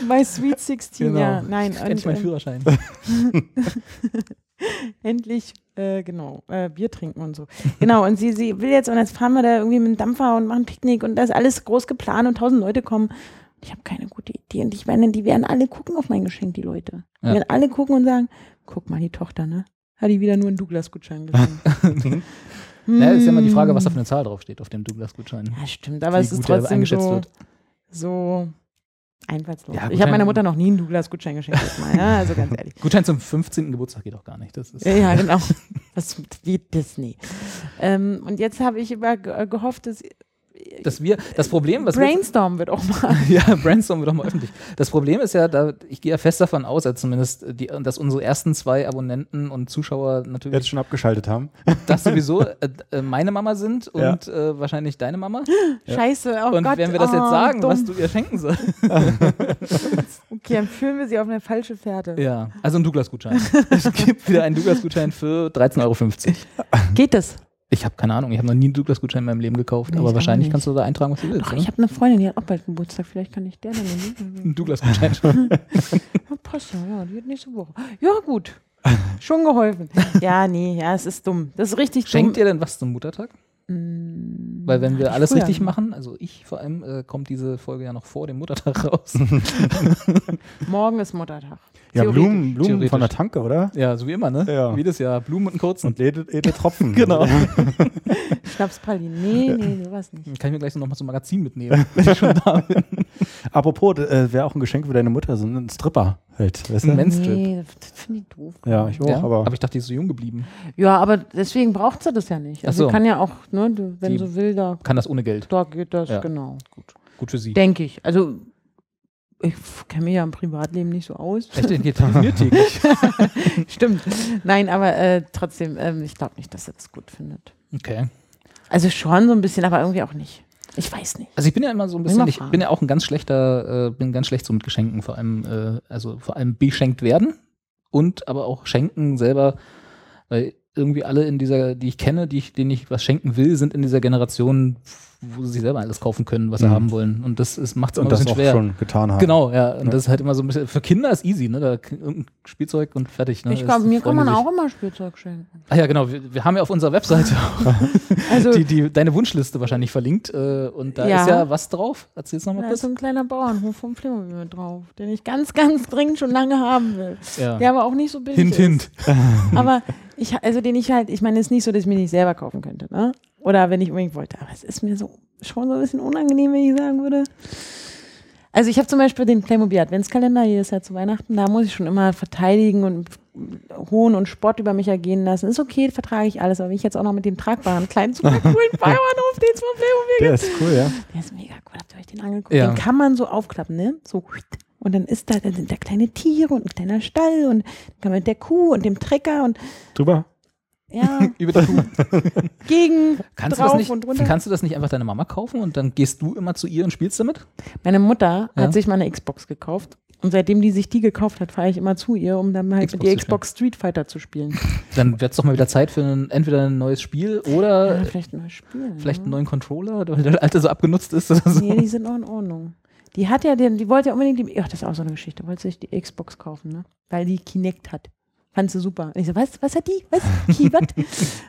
Speaker 3: My Sweet 16,
Speaker 1: Genau.
Speaker 3: ja. Nein,
Speaker 1: Endlich
Speaker 3: und,
Speaker 1: mein
Speaker 3: ähm,
Speaker 1: Führerschein.
Speaker 3: [LAUGHS] endlich, äh, genau, äh, Bier trinken und so. Genau, und sie, sie will jetzt, und jetzt fahren wir da irgendwie mit dem Dampfer und machen Picknick und da ist alles groß geplant und tausend Leute kommen. Ich habe keine gute Idee und ich meine, die werden alle gucken auf mein Geschenk, die Leute.
Speaker 1: Ja.
Speaker 3: Die werden alle gucken und sagen, guck mal, die Tochter, ne? Hat die wieder nur einen Douglas-Gutschein bekommen.
Speaker 1: [LAUGHS] Na, ist Mhm. ja immer die Frage, was da für eine Zahl draufsteht auf dem Douglas-Gutschein.
Speaker 3: Ja, stimmt, aber
Speaker 1: Wie
Speaker 3: es ist
Speaker 1: gut der
Speaker 3: trotzdem
Speaker 1: eingeschätzt
Speaker 3: so,
Speaker 1: wird.
Speaker 3: so einfallslos.
Speaker 1: Ja,
Speaker 3: ich habe meiner
Speaker 1: Gutschein-
Speaker 3: Mutter noch nie einen Douglas-Gutschein geschenkt, jetzt mal, ja, also ganz ehrlich.
Speaker 1: Gutschein zum 15. Geburtstag geht auch gar nicht. Das ist
Speaker 3: Ja,
Speaker 1: [LAUGHS]
Speaker 3: Ja, genau. Was geht das nie? Ähm, und jetzt habe ich immer ge- äh, gehofft, dass
Speaker 1: dass wir, das Problem, was wir
Speaker 3: Brainstorm wird
Speaker 1: [LAUGHS]
Speaker 3: auch mal.
Speaker 1: Ja, brainstormen wir doch mal öffentlich. Das Problem ist ja, da, ich gehe ja fest davon aus, als zumindest, äh, die, dass unsere ersten zwei Abonnenten und Zuschauer
Speaker 2: [LAUGHS] Jetzt
Speaker 1: natürlich
Speaker 2: schon abgeschaltet haben.
Speaker 1: das sowieso äh, äh, meine Mama sind
Speaker 2: Ja.
Speaker 1: und äh, wahrscheinlich deine Mama.
Speaker 3: Scheiße, oh
Speaker 1: und
Speaker 3: Gott.
Speaker 1: wenn wir das jetzt
Speaker 3: oh,
Speaker 1: sagen,
Speaker 3: dumm.
Speaker 1: was du ihr schenken
Speaker 3: [LAUGHS]
Speaker 1: sollst.
Speaker 3: Okay, dann führen wir sie auf eine falsche Fährte.
Speaker 1: Ja, also ein Douglas-Gutschein. es gibt wieder einen Douglas-Gutschein für 13,50 Euro.
Speaker 3: Geht das?
Speaker 1: Ich habe keine Ahnung, ich habe noch nie einen Douglas-Gutschein in meinem Leben gekauft,
Speaker 3: Nee, ich
Speaker 1: aber
Speaker 3: auch
Speaker 1: wahrscheinlich
Speaker 3: nicht.
Speaker 1: kannst du da eintragen, was du willst.
Speaker 3: Ach,
Speaker 1: ne?
Speaker 3: ich habe eine Freundin, die hat auch bald Geburtstag. Vielleicht kann ich der dann nehmen.
Speaker 1: [LAUGHS] einen Douglas-Gutschein schon.
Speaker 3: Ja, passt ja, ja, die hat nächste Woche. Ja, gut.
Speaker 1: [LAUGHS]
Speaker 3: Schon geholfen. Ja, nee, ja, es ist dumm. Das ist richtig
Speaker 1: Schenkt
Speaker 3: dumm.
Speaker 1: ihr denn was zum Muttertag? Weil wenn wir
Speaker 3: ich
Speaker 1: alles
Speaker 3: früher
Speaker 1: richtig
Speaker 3: gemacht.
Speaker 1: machen, also ich vor allem, äh, kommt diese Folge ja noch vor dem Muttertag raus.
Speaker 3: Morgen ist Muttertag.
Speaker 2: Ja,
Speaker 3: Theoretisch.
Speaker 2: Blumen, Blumen von
Speaker 1: Theoretisch.
Speaker 2: der Tanke, oder?
Speaker 1: Ja, so wie immer, ne?
Speaker 2: Ja.
Speaker 1: Jedes Jahr. Blumen und einen kurzen.
Speaker 2: Und edle, edle Tropfen.
Speaker 1: [LAUGHS] Genau. Kann
Speaker 3: Schnapspralinen. Nee, nee, sowas nicht.
Speaker 1: ich mir gleich so nochmal zum Magazin mitnehmen, wenn ich schon da bin.
Speaker 2: Apropos, äh, wäre auch ein Geschenk für deine Mutter, so ein Stripper halt. Weißt du?
Speaker 1: Mensch. Menstrip.
Speaker 3: Nee, das finde ich doof.
Speaker 2: Ja, ich auch,
Speaker 1: ja?
Speaker 2: aber.
Speaker 1: aber ich dachte, die ist so jung geblieben.
Speaker 3: Ja, aber deswegen braucht sie das ja nicht.
Speaker 1: Ach
Speaker 3: Also
Speaker 1: so.
Speaker 3: sie kann ja auch, ne, du- wenn
Speaker 1: Die-
Speaker 3: sie will, da,
Speaker 1: Kann das ohne Geld.
Speaker 3: da geht das,
Speaker 1: Ja.
Speaker 3: genau.
Speaker 1: Gut für sie.
Speaker 3: Denke ich. Also ich f- kenne mich ja im Privatleben nicht so aus. [LAUGHS]
Speaker 1: Echt, den geht mir täglich.
Speaker 3: Stimmt. Nein, aber äh, trotzdem, ähm, ich glaube nicht, dass sie das gut findet.
Speaker 1: Okay.
Speaker 3: Also schon so ein bisschen, aber irgendwie auch nicht. Ich weiß nicht.
Speaker 1: Also ich bin ja immer so ein
Speaker 3: Immer
Speaker 1: bisschen, ich
Speaker 3: fragen.
Speaker 1: bin ja auch ein ganz schlechter, äh, bin ganz schlecht so mit Geschenken, vor allem, äh, also vor allem beschenkt werden und aber auch schenken selber, weil irgendwie alle in dieser, die ich kenne, die ich, denen ich was schenken will, sind in dieser Generation, wo sie sich selber alles kaufen können, was sie
Speaker 2: Mhm.
Speaker 1: haben wollen. Und das macht es immer
Speaker 2: und
Speaker 1: ein
Speaker 2: das
Speaker 1: bisschen
Speaker 2: auch
Speaker 1: schwer.
Speaker 2: schon getan haben.
Speaker 1: Genau, ja. Und das ist halt immer so ein bisschen. Für Kinder ist easy, ne? Da k- irgendein Spielzeug und fertig. Ne?
Speaker 3: Ich glaube,
Speaker 1: Das
Speaker 3: mir kann
Speaker 1: freuen
Speaker 3: man
Speaker 1: die sich.
Speaker 3: auch immer Spielzeug schenken.
Speaker 1: Ach ja, genau. Wir, wir haben ja auf unserer
Speaker 2: [LAUGHS]
Speaker 1: Webseite
Speaker 3: Also
Speaker 1: die, die, deine Wunschliste wahrscheinlich verlinkt. Äh, und da
Speaker 3: Ja.
Speaker 1: ist ja was drauf. Erzähl's nochmal
Speaker 3: da ist so
Speaker 1: kurz.
Speaker 3: ein kleiner Bauernhof vom Playmobil mit drauf, den ich ganz, ganz dringend schon lange haben will.
Speaker 1: Ja.
Speaker 3: Der aber auch nicht so billig
Speaker 1: Hint,
Speaker 3: ist.
Speaker 1: hint.
Speaker 3: Aber ich, ha- also den ich halt, ich meine, es ist nicht so, dass ich mir nicht selber kaufen könnte, ne? Oder wenn ich unbedingt wollte. Aber es ist mir so schon so ein bisschen unangenehm, wenn ich sagen würde. Also ich habe zum Beispiel den Playmobil Adventskalender jedes Jahr zu Weihnachten. Da muss ich schon immer verteidigen und Hohn und Spott über mich ergehen lassen. Ist okay, vertrage ich alles. Aber wenn ich jetzt auch noch mit dem tragbaren, kleinen, super
Speaker 2: [LAUGHS]
Speaker 3: coolen Bauernhof, den es vom Playmobil
Speaker 2: Der ist cool, ja.
Speaker 3: der ist mega cool, habt ihr euch den angeguckt?
Speaker 1: Ja.
Speaker 3: Den kann man so aufklappen, ne? So. Und dann ist da, dann sind da kleine Tiere und ein kleiner Stall und dann kann man mit der Kuh und dem Trecker und
Speaker 2: Drüber.
Speaker 3: Ja,
Speaker 1: Über
Speaker 3: [LAUGHS]
Speaker 1: die Kuh.
Speaker 3: gegen,
Speaker 1: Kannst, du
Speaker 3: drauf
Speaker 1: das nicht,
Speaker 3: und runter.
Speaker 1: kannst du das nicht einfach deiner Mama kaufen und dann gehst du immer zu ihr und spielst damit?
Speaker 3: Meine Mutter
Speaker 1: Ja.
Speaker 3: hat sich mal eine Xbox gekauft. Und seitdem die sich die gekauft hat, fahre ich immer zu ihr, um dann halt
Speaker 1: Xbox
Speaker 3: mit ihr
Speaker 1: zu
Speaker 3: Xbox Street Fighter zu
Speaker 1: [LAUGHS]
Speaker 3: spielen.
Speaker 1: Dann wird es doch mal wieder Zeit für ein, entweder ein neues Spiel oder
Speaker 3: ja, vielleicht ein neues Spiel.
Speaker 1: Äh, vielleicht einen
Speaker 3: ne?
Speaker 1: neuen Controller, [LAUGHS] weil der alte so abgenutzt ist oder so.
Speaker 3: Nee, die sind noch in Ordnung. Die hat ja, den, die wollte ja unbedingt die, ja, das ist auch so eine Geschichte, wollte sich die Xbox kaufen, ne? Weil die Kinect hat. Fand sie super. Und ich so, was, was hat die? Was?
Speaker 1: [LAUGHS]
Speaker 3: Ki, wat?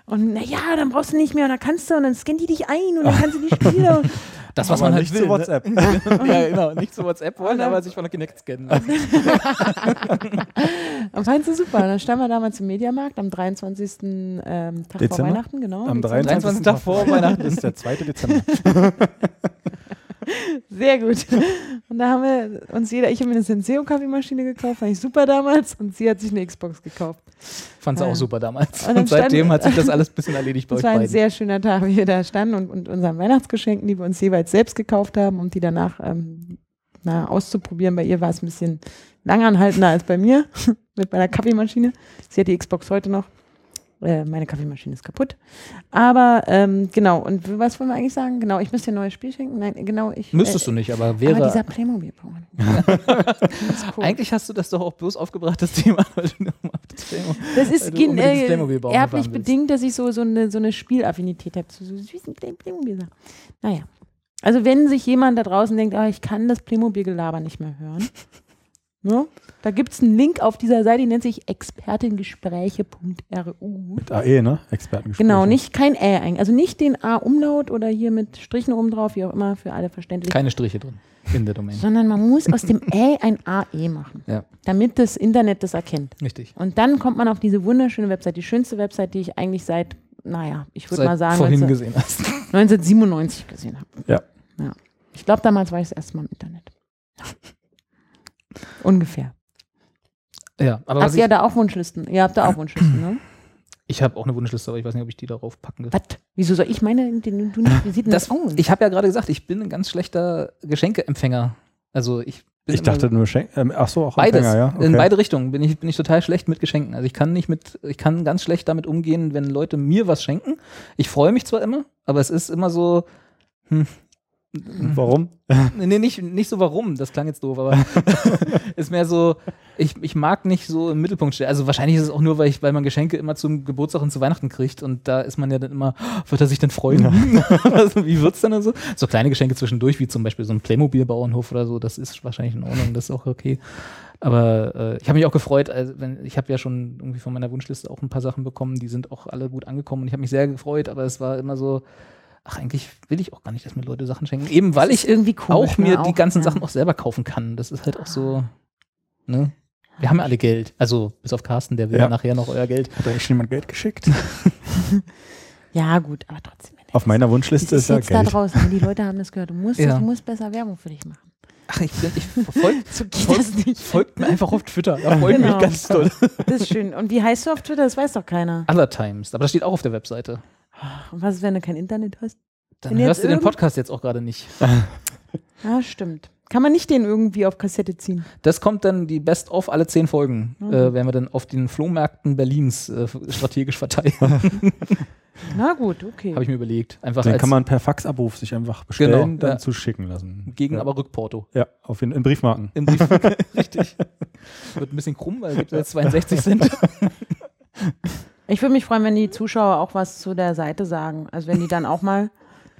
Speaker 3: Und naja, dann brauchst du nicht mehr und dann kannst du und dann scannt die dich ein und dann kannst du die
Speaker 1: [LAUGHS]
Speaker 3: Spiele. Und
Speaker 1: Das, was
Speaker 2: Aber
Speaker 1: man halt
Speaker 2: nicht
Speaker 1: will.
Speaker 2: zu WhatsApp.
Speaker 1: ja, genau. Nicht zu WhatsApp wollen, aber sich von der Kinect scannen.
Speaker 3: Also
Speaker 1: lassen.
Speaker 3: und fand sie super. Und dann standen wir damals im Mediamarkt am 23. Ähm, Tag vor
Speaker 2: Dezember?
Speaker 3: Weihnachten, genau.
Speaker 2: Am
Speaker 3: Dezember.
Speaker 1: 23.
Speaker 2: 23.
Speaker 1: Tag vor Weihnachten.
Speaker 2: Das ist der 2. Dezember.
Speaker 1: [LAUGHS]
Speaker 3: Sehr
Speaker 2: [LAUGHS]
Speaker 3: gut. Und da haben wir uns jeder, ich habe mir eine Senseo-Kaffeemaschine gekauft, fand ich super damals. Und sie hat sich eine Xbox gekauft.
Speaker 1: Fand's auch
Speaker 3: Ja.
Speaker 1: super damals.
Speaker 3: Und
Speaker 1: Und,
Speaker 3: dann
Speaker 1: seitdem
Speaker 3: stand-
Speaker 1: hat sich das alles ein bisschen erledigt bei
Speaker 3: Es
Speaker 1: euch
Speaker 3: war ein
Speaker 1: beiden.
Speaker 3: sehr schöner Tag, wie wir da standen und, und unseren Weihnachtsgeschenken, die wir uns jeweils selbst gekauft haben, um die danach ähm, na, auszuprobieren. Bei ihr war es ein bisschen langanhaltender als bei mir [LAUGHS] mit meiner Kaffeemaschine. Sie hat die Xbox heute noch. Äh, meine Kaffeemaschine ist kaputt. Aber ähm, genau, und was wollen wir eigentlich sagen? Genau, ich müsste dir ein neues Spiel schenken. Nein, genau, ich.
Speaker 1: Müsstest
Speaker 3: äh,
Speaker 1: du nicht, aber
Speaker 3: Aber dieser
Speaker 1: wäre.
Speaker 3: playmobil -Bauern.
Speaker 1: Eigentlich hast du das doch auch bloß aufgebracht, das Thema. [LAUGHS] Weil du nochmal das Thema-
Speaker 3: Das
Speaker 1: Weil
Speaker 3: ist
Speaker 1: du
Speaker 3: gen-
Speaker 1: unbedingt das
Speaker 3: äh,
Speaker 1: Playmobil bauen
Speaker 3: erblich
Speaker 1: fahren willst.
Speaker 3: bedingt, dass ich so, so, eine, so eine Spielaffinität habe zu so süßen kleinen Playmobil-Sachen. Naja. Also wenn sich jemand da draußen denkt, ah, ich kann das Playmobil-Gelaber nicht mehr hören, [LAUGHS] ne? da gibt es einen Link auf dieser Seite, die nennt sich expertengespräche.ru.
Speaker 2: Mit AE, ne? Expertengespräch.
Speaker 3: Genau, nicht kein Ä eigentlich. Also nicht den A-Umlaut oder hier mit Strichen oben drauf, wie auch immer, für alle verständlich.
Speaker 1: Keine Striche drin in der Domain.
Speaker 3: sondern man muss aus dem Ä ein AE machen,
Speaker 1: Ja,
Speaker 3: damit das Internet das erkennt.
Speaker 1: [LAUGHS] richtig.
Speaker 3: Und dann kommt man auf diese wunderschöne Website, die schönste Website, die ich eigentlich seit, naja, ich würde
Speaker 1: Seit
Speaker 3: mal sagen, also
Speaker 1: vorhin
Speaker 3: 19,
Speaker 1: gesehen hast.
Speaker 3: 1997 gesehen habe.
Speaker 2: Ja.
Speaker 3: ja. Ich glaube, damals war ich das erste Mal im Internet. [LAUGHS] Ungefähr.
Speaker 1: [LAUGHS] Ja, aber was
Speaker 3: Habt
Speaker 1: ich,
Speaker 3: ihr da auch Wunschlisten? Ihr habt da auch
Speaker 1: [CLEARS THROAT]
Speaker 3: Wunschlisten, ne?
Speaker 1: ich habe auch eine Wunschliste, aber ich weiß nicht, ob ich die darauf packen kann.
Speaker 3: Was? Wieso soll ich meine, den, du nicht, wie sieht denn das,
Speaker 1: Das,
Speaker 3: aus?
Speaker 1: ich habe ja gerade gesagt, ich bin ein ganz schlechter Geschenkeempfänger. Also ich bin
Speaker 2: Ich dachte
Speaker 1: immer-
Speaker 2: nur Schenk. Ähm, ach so, auch
Speaker 1: beides.
Speaker 2: Empfänger, ja. Okay.
Speaker 1: In beide Richtungen bin ich, bin ich total schlecht mit Geschenken. Also ich kann nicht mit, ich kann ganz schlecht damit umgehen, wenn Leute mir was schenken. Ich freue mich zwar immer, aber es ist immer so,
Speaker 2: Warum?
Speaker 1: Nee, nicht, nicht so warum, das klang jetzt doof, aber [LAUGHS] ist mehr so, ich, ich mag nicht so im Mittelpunkt stehen. Also wahrscheinlich ist es auch nur, weil, ich, weil man Geschenke immer zum Geburtstag und zu Weihnachten kriegt und da ist man ja dann immer, "Oh, wird er sich denn freuen? [LAUGHS] also, wie wird's denn dann so? So kleine Geschenke zwischendurch, wie zum Beispiel so ein Playmobil-Bauernhof oder so, das ist wahrscheinlich in Ordnung, das ist auch okay. Aber äh, ich habe mich auch gefreut, also wenn, ich habe ja schon irgendwie von meiner Wunschliste auch ein paar Sachen bekommen, die sind auch alle gut angekommen und ich habe mich sehr gefreut, aber es war immer so, ach, eigentlich will ich auch gar nicht, dass mir Leute Sachen schenken. Eben weil ich
Speaker 3: irgendwie komisch,
Speaker 1: auch mir
Speaker 3: ne?
Speaker 1: die ganzen
Speaker 3: ja.
Speaker 1: Sachen auch selber kaufen kann. Das ist halt auch so, ne? Wir haben ja alle Geld. Also, bis auf Carsten, der will
Speaker 2: Ja.
Speaker 1: ja nachher noch euer Geld.
Speaker 2: Hat eigentlich schon jemand Geld geschickt?
Speaker 3: Ja, gut, aber trotzdem. wenn
Speaker 2: [LAUGHS] Auf
Speaker 3: das-
Speaker 2: meiner
Speaker 3: das
Speaker 2: Wunschliste ist
Speaker 3: ist
Speaker 2: ja
Speaker 3: jetzt da
Speaker 2: Geld.
Speaker 3: draußen. Die Leute haben das gehört. Du musst,
Speaker 1: Ja.
Speaker 3: du musst besser Werbung für dich machen.
Speaker 1: Ach, ich, bin, ich [LAUGHS] folgt,
Speaker 3: So geht das nicht.
Speaker 1: folgt mir einfach auf Twitter. Da freue ich
Speaker 3: Genau.
Speaker 1: mich ganz doll.
Speaker 3: Das ist schön. Und wie heißt du auf Twitter? Das weiß doch keiner.
Speaker 1: [LAUGHS] Other Times. Aber das steht auch auf der Webseite.
Speaker 3: Und was ist, wenn du kein Internet hast?
Speaker 1: Dann
Speaker 3: Wenn jetzt
Speaker 1: hörst du den
Speaker 3: irgend-
Speaker 1: Podcast jetzt auch gerade nicht.
Speaker 3: Ja, stimmt. Kann man nicht den irgendwie auf Kassette ziehen?
Speaker 1: Das kommt dann die Best of alle zehn Folgen. Äh, werden wir dann auf den Flohmärkten Berlins äh, strategisch verteilen.
Speaker 3: Na gut,
Speaker 1: [LAUGHS]
Speaker 3: okay.
Speaker 1: Habe ich mir überlegt. Einfach
Speaker 2: Den
Speaker 1: als
Speaker 2: kann man per Faxabruf sich einfach bestellen,
Speaker 1: Genau,
Speaker 2: dann
Speaker 1: ja.
Speaker 2: zuschicken lassen.
Speaker 1: gegen
Speaker 2: ja.
Speaker 1: aber Rückporto.
Speaker 2: Ja, auf jeden, in Briefmarken.
Speaker 1: In
Speaker 2: [LAUGHS]
Speaker 1: Brief. Richtig. Wird ein bisschen krumm, weil es gibt jetzt 62 Cent.
Speaker 3: Ich würde mich freuen, wenn die Zuschauer auch was zu der Seite sagen. Also wenn die dann auch mal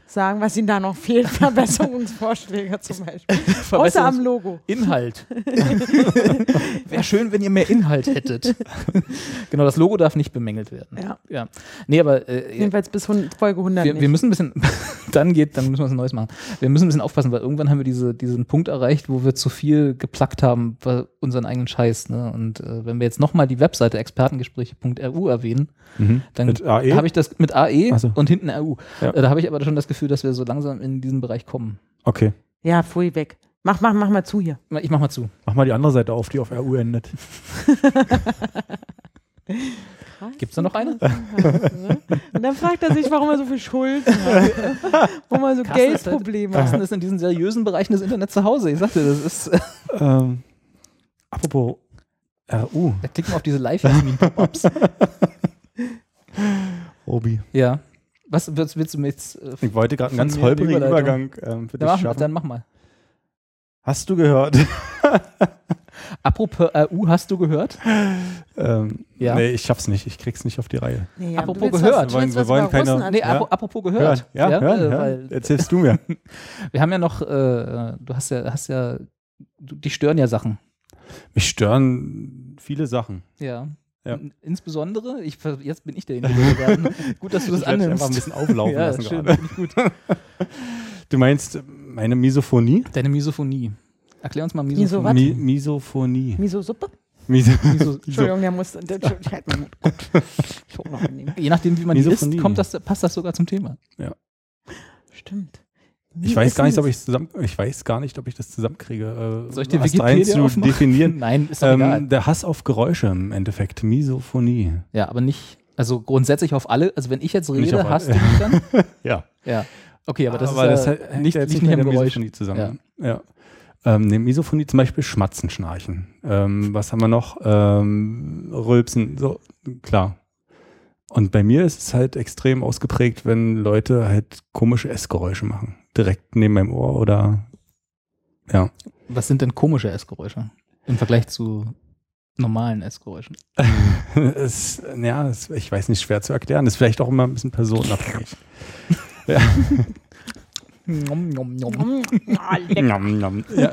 Speaker 3: sagen, was ihnen da noch fehlt. [LAUGHS] Verbesserungsvorschläge zum Beispiel. Außer am Logo.
Speaker 1: Inhalt. [LAUGHS] Wäre schön, wenn ihr mehr Inhalt hättet. [LAUGHS] genau, das Logo darf nicht bemängelt werden.
Speaker 3: Ja.
Speaker 1: Ja. Nee, aber äh,
Speaker 3: Jedenfalls bis hun- Folge 100
Speaker 1: wir,
Speaker 3: nicht.
Speaker 1: wir müssen ein bisschen, [LAUGHS] dann geht, dann müssen wir was Neues machen. Wir müssen ein bisschen aufpassen, weil irgendwann haben wir diese, diesen Punkt erreicht, wo wir zu viel geplackt haben bei unseren eigenen Scheiß. Ne? Und äh, wenn wir jetzt nochmal die Webseite expertengespräche.ru erwähnen, Mhm. dann
Speaker 2: Mit E? AE?
Speaker 1: habe ich das mit AE
Speaker 2: Ach so.
Speaker 1: und hinten RU.
Speaker 2: Ja.
Speaker 1: Äh, da habe ich aber schon das Gefühl, dass wir so langsam in diesen Bereich kommen.
Speaker 2: Okay.
Speaker 3: ja, pfui, weg. Mach, mach, mach mal zu [LAUGHS] hier.
Speaker 1: Ich mach mal zu.
Speaker 2: Mach mal die andere Seite auf, die auf
Speaker 1: [LAUGHS]
Speaker 2: RU endet.
Speaker 1: Gibt's da noch eine?
Speaker 3: Und dann fragt er sich, warum er so viel Schulden hat. [LAUGHS] Warum er
Speaker 1: Carsten
Speaker 3: so
Speaker 1: ist halt-
Speaker 3: Geldprobleme hat.
Speaker 1: Carsten ist in diesen seriösen Bereichen des Internets zu Hause. Ich sagte, das ist. äh,
Speaker 2: Ähm, apropos RU.
Speaker 1: Da klicken wir auf diese live pop ups
Speaker 2: Obi.
Speaker 1: [LAUGHS] Ja. Was was willst du mir jetzt? Äh,
Speaker 2: Ich wollte gerade
Speaker 1: Von
Speaker 2: einen ganz
Speaker 1: mir die
Speaker 2: holprigen
Speaker 1: Überleitung.
Speaker 2: Übergang ähm, für dich
Speaker 1: dann, mach,
Speaker 2: schaffen.
Speaker 1: dann mach mal.
Speaker 2: Hast du gehört? [LAUGHS]
Speaker 1: Apropos AU, hast du gehört?
Speaker 2: ähm,
Speaker 1: Ja.
Speaker 2: Nee, ich schaff's nicht. Ich krieg's nicht auf die Reihe.
Speaker 3: Nee,
Speaker 1: Apropos
Speaker 3: du willst
Speaker 1: gehört.
Speaker 3: was- du
Speaker 2: Wir wollen-
Speaker 3: willst
Speaker 2: wir
Speaker 3: was
Speaker 2: wollen
Speaker 3: über
Speaker 2: keine-
Speaker 3: Russen
Speaker 1: Nee,
Speaker 3: erzählen.
Speaker 1: apropos, apropos gehört.
Speaker 2: Ja, ja,
Speaker 1: äh,
Speaker 2: hören, hören.
Speaker 1: Weil
Speaker 2: Erzählst
Speaker 1: [LAUGHS]
Speaker 2: du mir.
Speaker 1: wir haben ja noch, äh, du hast ja, hast ja, du, die stören ja Sachen.
Speaker 2: Mich stören viele Sachen.
Speaker 1: Ja.
Speaker 2: Ja.
Speaker 1: N- Insbesondere, ich, ver- jetzt bin ich derjenige, der gerade-
Speaker 2: [LAUGHS]
Speaker 1: Gut, dass du das
Speaker 2: Ich werd's einfach ein
Speaker 1: annimmst. [LAUGHS]
Speaker 2: bisschen auflaufen lassen
Speaker 1: schön,
Speaker 2: gerade.
Speaker 1: finde ich gut.
Speaker 2: Du meinst meine Misophonie?
Speaker 1: Deine Misophonie. Erklär uns mal
Speaker 3: Miso
Speaker 1: Misophonie.
Speaker 3: was?
Speaker 2: Mi Misophonie.
Speaker 3: Miso-Suppe?
Speaker 1: [LAUGHS]
Speaker 2: Miso
Speaker 1: Miso
Speaker 3: Entschuldigung, halt der
Speaker 2: [LAUGHS]
Speaker 3: muss. Der, der, der, der, ich hab noch einen.
Speaker 1: Je nachdem, wie man die isst,
Speaker 2: Misophonie.
Speaker 1: kommt das, passt das sogar zum Thema.
Speaker 3: Stimmt.
Speaker 2: ich weiß gar nicht, ob ich zusammen, ich weiß gar nicht, ob ich das zusammenkriege. Äh,
Speaker 1: Soll ich dir
Speaker 2: hast du eins
Speaker 1: Wikipedia
Speaker 2: zu
Speaker 1: aufmachen? [LAUGHS]
Speaker 2: definieren?
Speaker 1: Nein, ist doch
Speaker 2: Ähm,
Speaker 1: egal.
Speaker 2: der Hass auf Geräusche im Endeffekt. Misophonie.
Speaker 1: Ja, aber nicht, also grundsätzlich auf alle, also wenn ich jetzt
Speaker 2: Nicht auf
Speaker 1: rede,
Speaker 2: alle.
Speaker 1: hast du mich
Speaker 2: [LAUGHS]
Speaker 1: dann?
Speaker 2: Ja.
Speaker 1: Ja. Okay, aber das ist ja
Speaker 2: hat- hängt
Speaker 1: nicht,
Speaker 2: ja jetzt
Speaker 1: liegt
Speaker 2: mit
Speaker 1: nicht am
Speaker 2: der
Speaker 1: Geräusch.
Speaker 2: Misophonie zusammen. Ja. Ähm, neben Misophonie zum Beispiel Schmatzen, Schnarchen. Ähm, was haben wir noch? Ähm, Rülpsen, so, klar. Und bei mir ist es halt extrem ausgeprägt, wenn Leute halt komische Essgeräusche machen. Direkt neben meinem Ohr oder [LAUGHS]
Speaker 1: Was sind denn komische Essgeräusche im Vergleich zu normalen Essgeräuschen?
Speaker 2: es, ja, es, ich weiß nicht, schwer zu erklären. Ist vielleicht auch immer ein bisschen personenabhängig.
Speaker 1: Nom, nom, nom.
Speaker 3: Mm,
Speaker 2: Nom, nom. Ja.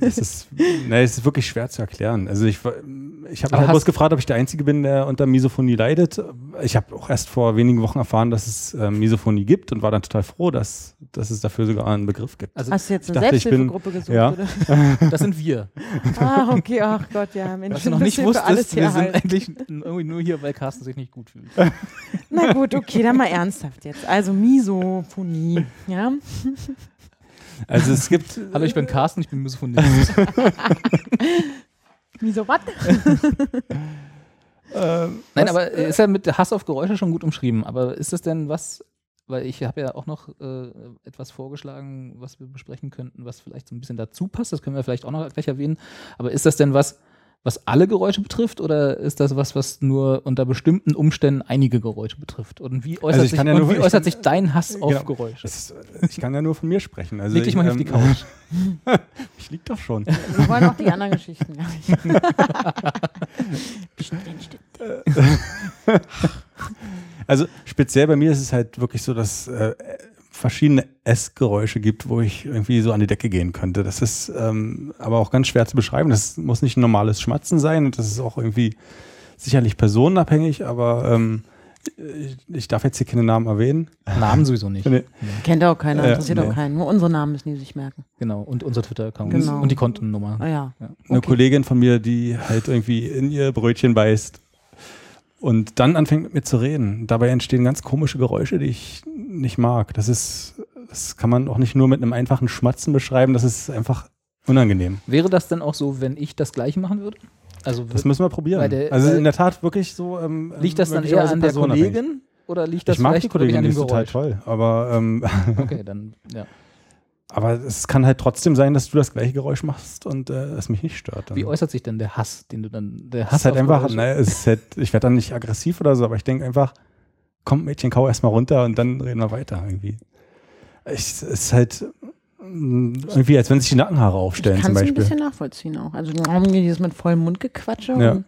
Speaker 2: das ist, nee, es ist wirklich schwer zu erklären. Also ich, war- ich habe
Speaker 1: Aber
Speaker 2: halt
Speaker 1: hast-
Speaker 2: bloß gefragt, ob ich der Einzige bin, der unter Misophonie leidet. Ich habe auch erst vor wenigen Wochen erfahren, dass es äh, Misophonie gibt und war dann total froh, dass, dass es dafür sogar einen Begriff gibt.
Speaker 1: Also
Speaker 3: Hast du jetzt eine
Speaker 2: dachte, ich bin-
Speaker 3: Selbsthilfegruppe gesucht,
Speaker 2: ja. [LAUGHS]
Speaker 3: oder?
Speaker 1: das sind wir.
Speaker 3: Ah, okay, ach Gott, ja, Mensch.
Speaker 1: Was du noch
Speaker 3: ein
Speaker 1: nicht
Speaker 3: bisschen für alles
Speaker 1: wusstest,
Speaker 3: hier
Speaker 1: wir sind
Speaker 3: halt.
Speaker 1: eigentlich irgendwie nur hier, weil Carsten sich nicht gut [LAUGHS] fühlt.
Speaker 3: Na gut, okay, dann mal ernsthaft jetzt. Also Misophonie, ja?
Speaker 2: Also
Speaker 1: [LAUGHS]
Speaker 2: es gibt
Speaker 1: Hallo, ich bin Carsten, ich bin Misophonist.
Speaker 3: Miso was?
Speaker 2: ähm,
Speaker 1: Nein,
Speaker 2: was-
Speaker 1: aber ist ja mit Hass auf Geräusche schon gut umschrieben. Aber ist das denn was, weil ich habe ja auch noch äh, etwas vorgeschlagen, was wir besprechen könnten, was vielleicht so ein bisschen dazu passt. Das können wir vielleicht auch noch gleich erwähnen. Aber ist das denn was, was alle Geräusche betrifft oder ist das was, was nur unter bestimmten Umständen einige Geräusche betrifft? Und wie äußert,
Speaker 2: Also ich
Speaker 1: sich,
Speaker 2: kann ja
Speaker 1: und
Speaker 2: nur-
Speaker 1: wie
Speaker 2: ich
Speaker 1: äußert
Speaker 2: kann-
Speaker 1: sich dein Hass
Speaker 2: Genau.
Speaker 1: auf Geräusche?
Speaker 2: es ist- ich kann ja nur von mir sprechen. Also
Speaker 1: Leg dich mal
Speaker 2: ich,
Speaker 1: hier auf die Couch.
Speaker 2: [LAUGHS] Ich lieg
Speaker 1: [LAUGHS]
Speaker 2: doch schon.
Speaker 3: Wir wollen auch die anderen Geschichten. Ja. Bestimmt, bestimmt.
Speaker 2: Also speziell bei mir ist es halt wirklich so, dass äh, verschiedene Essgeräusche gibt, wo ich irgendwie so an die Decke gehen könnte. Das ist ähm, aber auch ganz schwer zu beschreiben. Das muss nicht ein normales Schmatzen sein und das ist auch irgendwie sicherlich personenabhängig, aber ähm, ich, ich darf jetzt hier keine Namen erwähnen.
Speaker 1: Namen sowieso nicht.
Speaker 2: Nee.
Speaker 3: [LAUGHS] Kennt auch keiner,
Speaker 2: Ja,
Speaker 3: interessiert
Speaker 2: nee.
Speaker 3: auch keinen. Nur unsere Namen müssen die sich merken.
Speaker 1: Genau. Und unser Twitter-Account
Speaker 3: Genau.
Speaker 1: und die Kontennummer.
Speaker 3: Ah ja.
Speaker 2: Eine
Speaker 3: Okay.
Speaker 2: Kollegin von mir, die halt irgendwie in ihr Brötchen beißt und dann anfängt mit mir zu reden. Dabei entstehen ganz komische Geräusche, die ich nicht mag. Das ist, das kann man auch nicht nur mit einem einfachen Schmatzen beschreiben. Das ist einfach unangenehm.
Speaker 1: Wäre das denn auch so, wenn ich das gleiche machen würde? Also
Speaker 2: Das müssen wir probieren.
Speaker 1: Weil der-
Speaker 2: also
Speaker 1: weil-
Speaker 2: in der Tat wirklich so. Ähm,
Speaker 1: Liegt das dann eher
Speaker 2: möglicherweise
Speaker 1: an der
Speaker 2: personenabhängig.
Speaker 1: Kollegin oder liegt das
Speaker 2: Ich mag die
Speaker 1: vielleicht wirklich
Speaker 2: Kollegin,
Speaker 1: an
Speaker 2: die
Speaker 1: dem
Speaker 2: ist total
Speaker 1: Geräusch?
Speaker 2: toll. Aber, ähm, [LAUGHS]
Speaker 1: Okay, dann ja.
Speaker 2: aber es kann halt trotzdem sein, dass du das gleiche Geräusch machst und äh, es mich nicht stört. Dann.
Speaker 1: Wie äußert sich denn der Hass, den du dann der
Speaker 2: Das
Speaker 1: Hass
Speaker 2: ist halt
Speaker 1: auf
Speaker 2: einfach,
Speaker 1: Geräusche-
Speaker 2: ne, es ist halt, ich werde dann nicht aggressiv oder so, aber ich denke einfach, komm Mädchen, kau erstmal runter und dann reden wir weiter irgendwie. Ich, es ist halt mm, irgendwie, als wenn sich die Nackenhaare aufstellen
Speaker 3: Ich
Speaker 2: zum
Speaker 3: kann es ein
Speaker 2: Beispiel.
Speaker 3: bisschen nachvollziehen auch. Also dieses mit vollem Mund gequatsche.
Speaker 2: Ja.
Speaker 3: Und,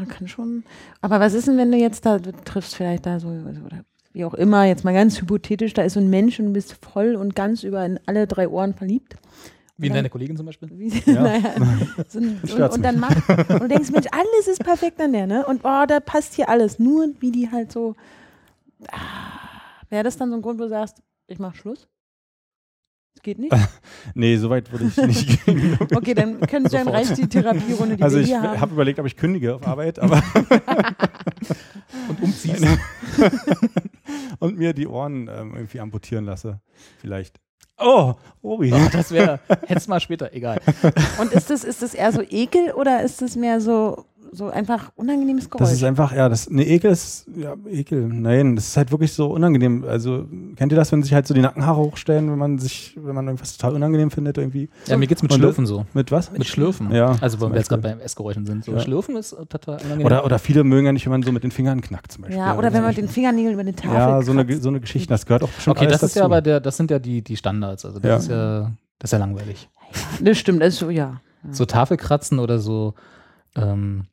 Speaker 3: ah, kann schon. Aber was ist denn, wenn du jetzt da, du triffst vielleicht da so, also, oder wie auch immer, jetzt mal ganz hypothetisch, da ist so ein Mensch und du bist voll und ganz über in alle drei Ohren verliebt. [LAUGHS]
Speaker 1: Wie in deine Kollegin zum Beispiel?
Speaker 3: Wie,
Speaker 2: Ja.
Speaker 3: naja, so ein, und,
Speaker 2: Stört's
Speaker 3: und dann macht, und du denkst, Mensch, alles ist perfekt an der, ne? Und oh, da passt hier alles. Nur wie die halt so. Ah, Wäre das dann so ein Grund, wo du sagst, ich mach Schluss? Das geht
Speaker 2: [LAUGHS]
Speaker 3: nicht?
Speaker 2: Nee, so weit würde ich nicht gehen.
Speaker 3: Okay, dann können Sie dann
Speaker 2: Sofort.
Speaker 3: reicht die Therapierunde, die
Speaker 2: Also
Speaker 3: wir
Speaker 2: ich
Speaker 3: hier haben.
Speaker 2: habe hab überlegt, ob ich kündige auf Arbeit, aber
Speaker 1: Und umziehst.
Speaker 2: [LAUGHS] und mir die Ohren ähm, irgendwie amputieren lasse. Vielleicht. Oh,
Speaker 1: [LAUGHS]
Speaker 2: Obi.
Speaker 1: Oh, das wäre, hättest mal später, egal.
Speaker 3: Und ist das, ist das eher so Ekel oder ist das mehr so, so einfach unangenehmes Geräusch.
Speaker 2: Das ist einfach, ja, das, ne, Ekel ist, ja, Ekel, nein, das ist halt wirklich so unangenehm. Also, kennt ihr das, wenn sich halt so die Nackenhaare hochstellen, wenn man sich, wenn man irgendwas total unangenehm findet, irgendwie?
Speaker 1: Ja, mir geht's mit
Speaker 2: Und-
Speaker 1: Schlürfen so.
Speaker 2: Mit was?
Speaker 1: Mit Schlürfen.
Speaker 2: Ja,
Speaker 1: Also,
Speaker 2: zum
Speaker 1: wenn wir jetzt gerade
Speaker 2: Beispiel.
Speaker 1: beim Essgeräuschen sind. So.
Speaker 2: Ja.
Speaker 1: Schlürfen ist total unangenehm.
Speaker 2: Oder, oder viele mögen ja nicht, wenn man so mit den Fingern knackt, zum Beispiel.
Speaker 3: ja, oder wenn man mit den
Speaker 2: den
Speaker 3: Fingernägeln über den Tafel
Speaker 2: Ja, so eine,
Speaker 3: kratzt.
Speaker 2: so eine Geschichte, das gehört auch bestimmt
Speaker 1: okay,
Speaker 2: alles
Speaker 1: das ist
Speaker 2: dazu.
Speaker 1: ja aber der, das sind ja die, die Standards. Also, das
Speaker 2: Ja.
Speaker 1: ist ja, das ist ja langweilig.
Speaker 3: Das stimmt, das ist so, ja.
Speaker 1: So Tafelkratzen oder so, ähm,